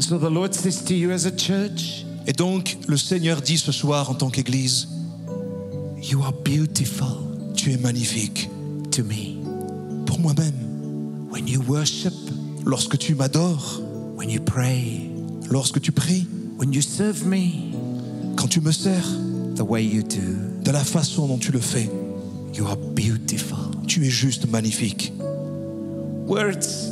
Speaker 2: So the Lord says to you as a church,
Speaker 3: Et donc, le Seigneur dit ce soir en tant qu'Église,
Speaker 2: You are beautiful
Speaker 3: tu es magnifique
Speaker 2: to me.
Speaker 3: pour moi-même.
Speaker 2: When you worship,
Speaker 3: Lorsque tu m'adores,
Speaker 2: when you pray,
Speaker 3: lorsque tu pries,
Speaker 2: when you serve me
Speaker 3: quand tu me sers,
Speaker 2: the way you do,
Speaker 3: de la façon dont tu le fais,
Speaker 2: you are beautiful.
Speaker 3: tu es juste magnifique.
Speaker 2: Words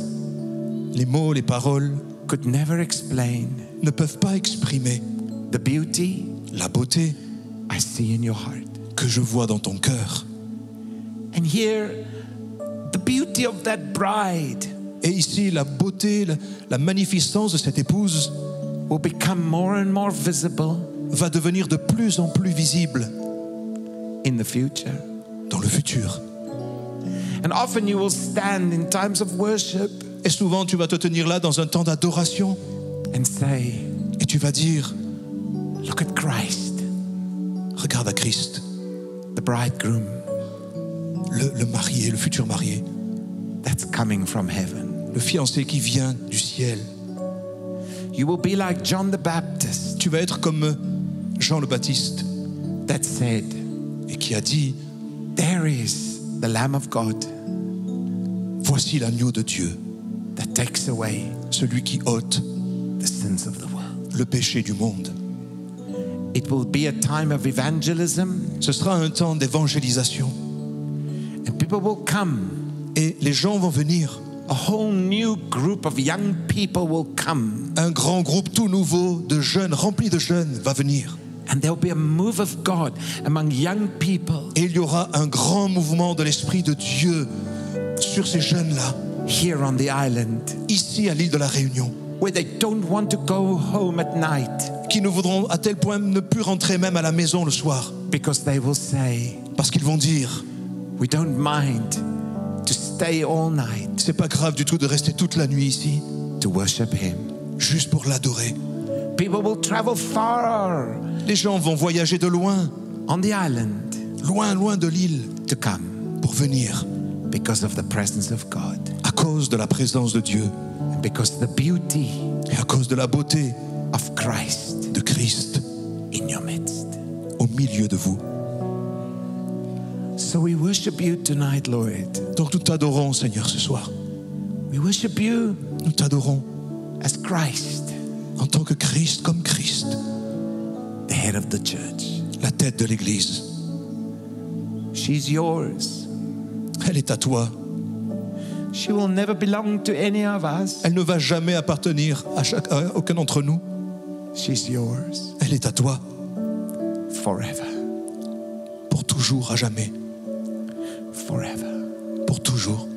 Speaker 3: Les mots, les paroles
Speaker 2: could never explain
Speaker 3: ne peuvent pas exprimer
Speaker 2: the beauty
Speaker 3: la beauté
Speaker 2: I see in your heart.
Speaker 3: que je vois dans ton cœur.
Speaker 2: And here, the beauty of that bride
Speaker 3: Et ici, la beauté, la, la magnificence de cette épouse
Speaker 2: will become more and more visible
Speaker 3: va devenir de plus en plus visible
Speaker 2: in the future.
Speaker 3: dans le futur.
Speaker 2: And often you will stand in times of worship
Speaker 3: Et souvent, tu vas te tenir là dans un temps d'adoration
Speaker 2: and say,
Speaker 3: et tu vas dire,
Speaker 2: Look at Christ,
Speaker 3: regarde à Christ,
Speaker 2: the bridegroom
Speaker 3: le, le marié, le futur marié,
Speaker 2: that's coming from heaven.
Speaker 3: le fiancé qui vient du ciel.
Speaker 2: You will be like John the Baptist
Speaker 3: Tu vas être comme Jean le Baptiste
Speaker 2: that said,
Speaker 3: et qui a dit,
Speaker 2: There is the Lamb of God
Speaker 3: voici l'agneau de Dieu,
Speaker 2: that takes away
Speaker 3: celui qui ôte
Speaker 2: the sins of the world.
Speaker 3: le péché du monde.
Speaker 2: It will be a time of evangelism,
Speaker 3: Ce sera un temps d'évangélisation
Speaker 2: and people will come.
Speaker 3: et les gens vont venir.
Speaker 2: A whole new group of young people will come,
Speaker 3: Un grand groupe tout nouveau de jeunes, rempli de jeunes, va venir.
Speaker 2: and there will be a move of God among young people
Speaker 3: Et il y aura un grand mouvement de l'Esprit de Dieu sur ces jeunes-là,
Speaker 2: here on the island
Speaker 3: ici à l'île de la Réunion,
Speaker 2: where they don't want to go home at night
Speaker 3: qui ne voudront à tel point ne plus rentrer même à la maison le soir,
Speaker 2: because they will say,
Speaker 3: parce qu'ils vont dire,
Speaker 2: We don't mind to stay all night
Speaker 3: c'est pas grave du tout de rester toute la nuit ici,
Speaker 2: to worship Him.
Speaker 3: juste pour l'adorer.
Speaker 2: People will travel far
Speaker 3: Les gens vont voyager de loin,
Speaker 2: on the island
Speaker 3: loin, loin de l'île,
Speaker 2: to come
Speaker 3: pour venir,
Speaker 2: because of the presence of God
Speaker 3: à cause de la présence de Dieu
Speaker 2: and because the beauty
Speaker 3: et à cause de la beauté
Speaker 2: of Christ
Speaker 3: de Christ
Speaker 2: in your midst.
Speaker 3: au milieu de vous.
Speaker 2: So we worship you tonight, Lord.
Speaker 3: Donc nous t'adorons, Seigneur, ce soir.
Speaker 2: We worship you
Speaker 3: Nous t'adorons
Speaker 2: as Christ,
Speaker 3: en tant que Christ, comme Christ,
Speaker 2: the head of the church.
Speaker 3: la tête de l'Église.
Speaker 2: She's yours.
Speaker 3: Elle est à toi.
Speaker 2: She will never belong to any of us.
Speaker 3: Elle ne va jamais appartenir à, chaque- à aucun d'entre nous.
Speaker 2: She's yours
Speaker 3: Elle est à toi
Speaker 2: forever.
Speaker 3: pour toujours, à jamais,
Speaker 2: Forever.
Speaker 3: pour toujours.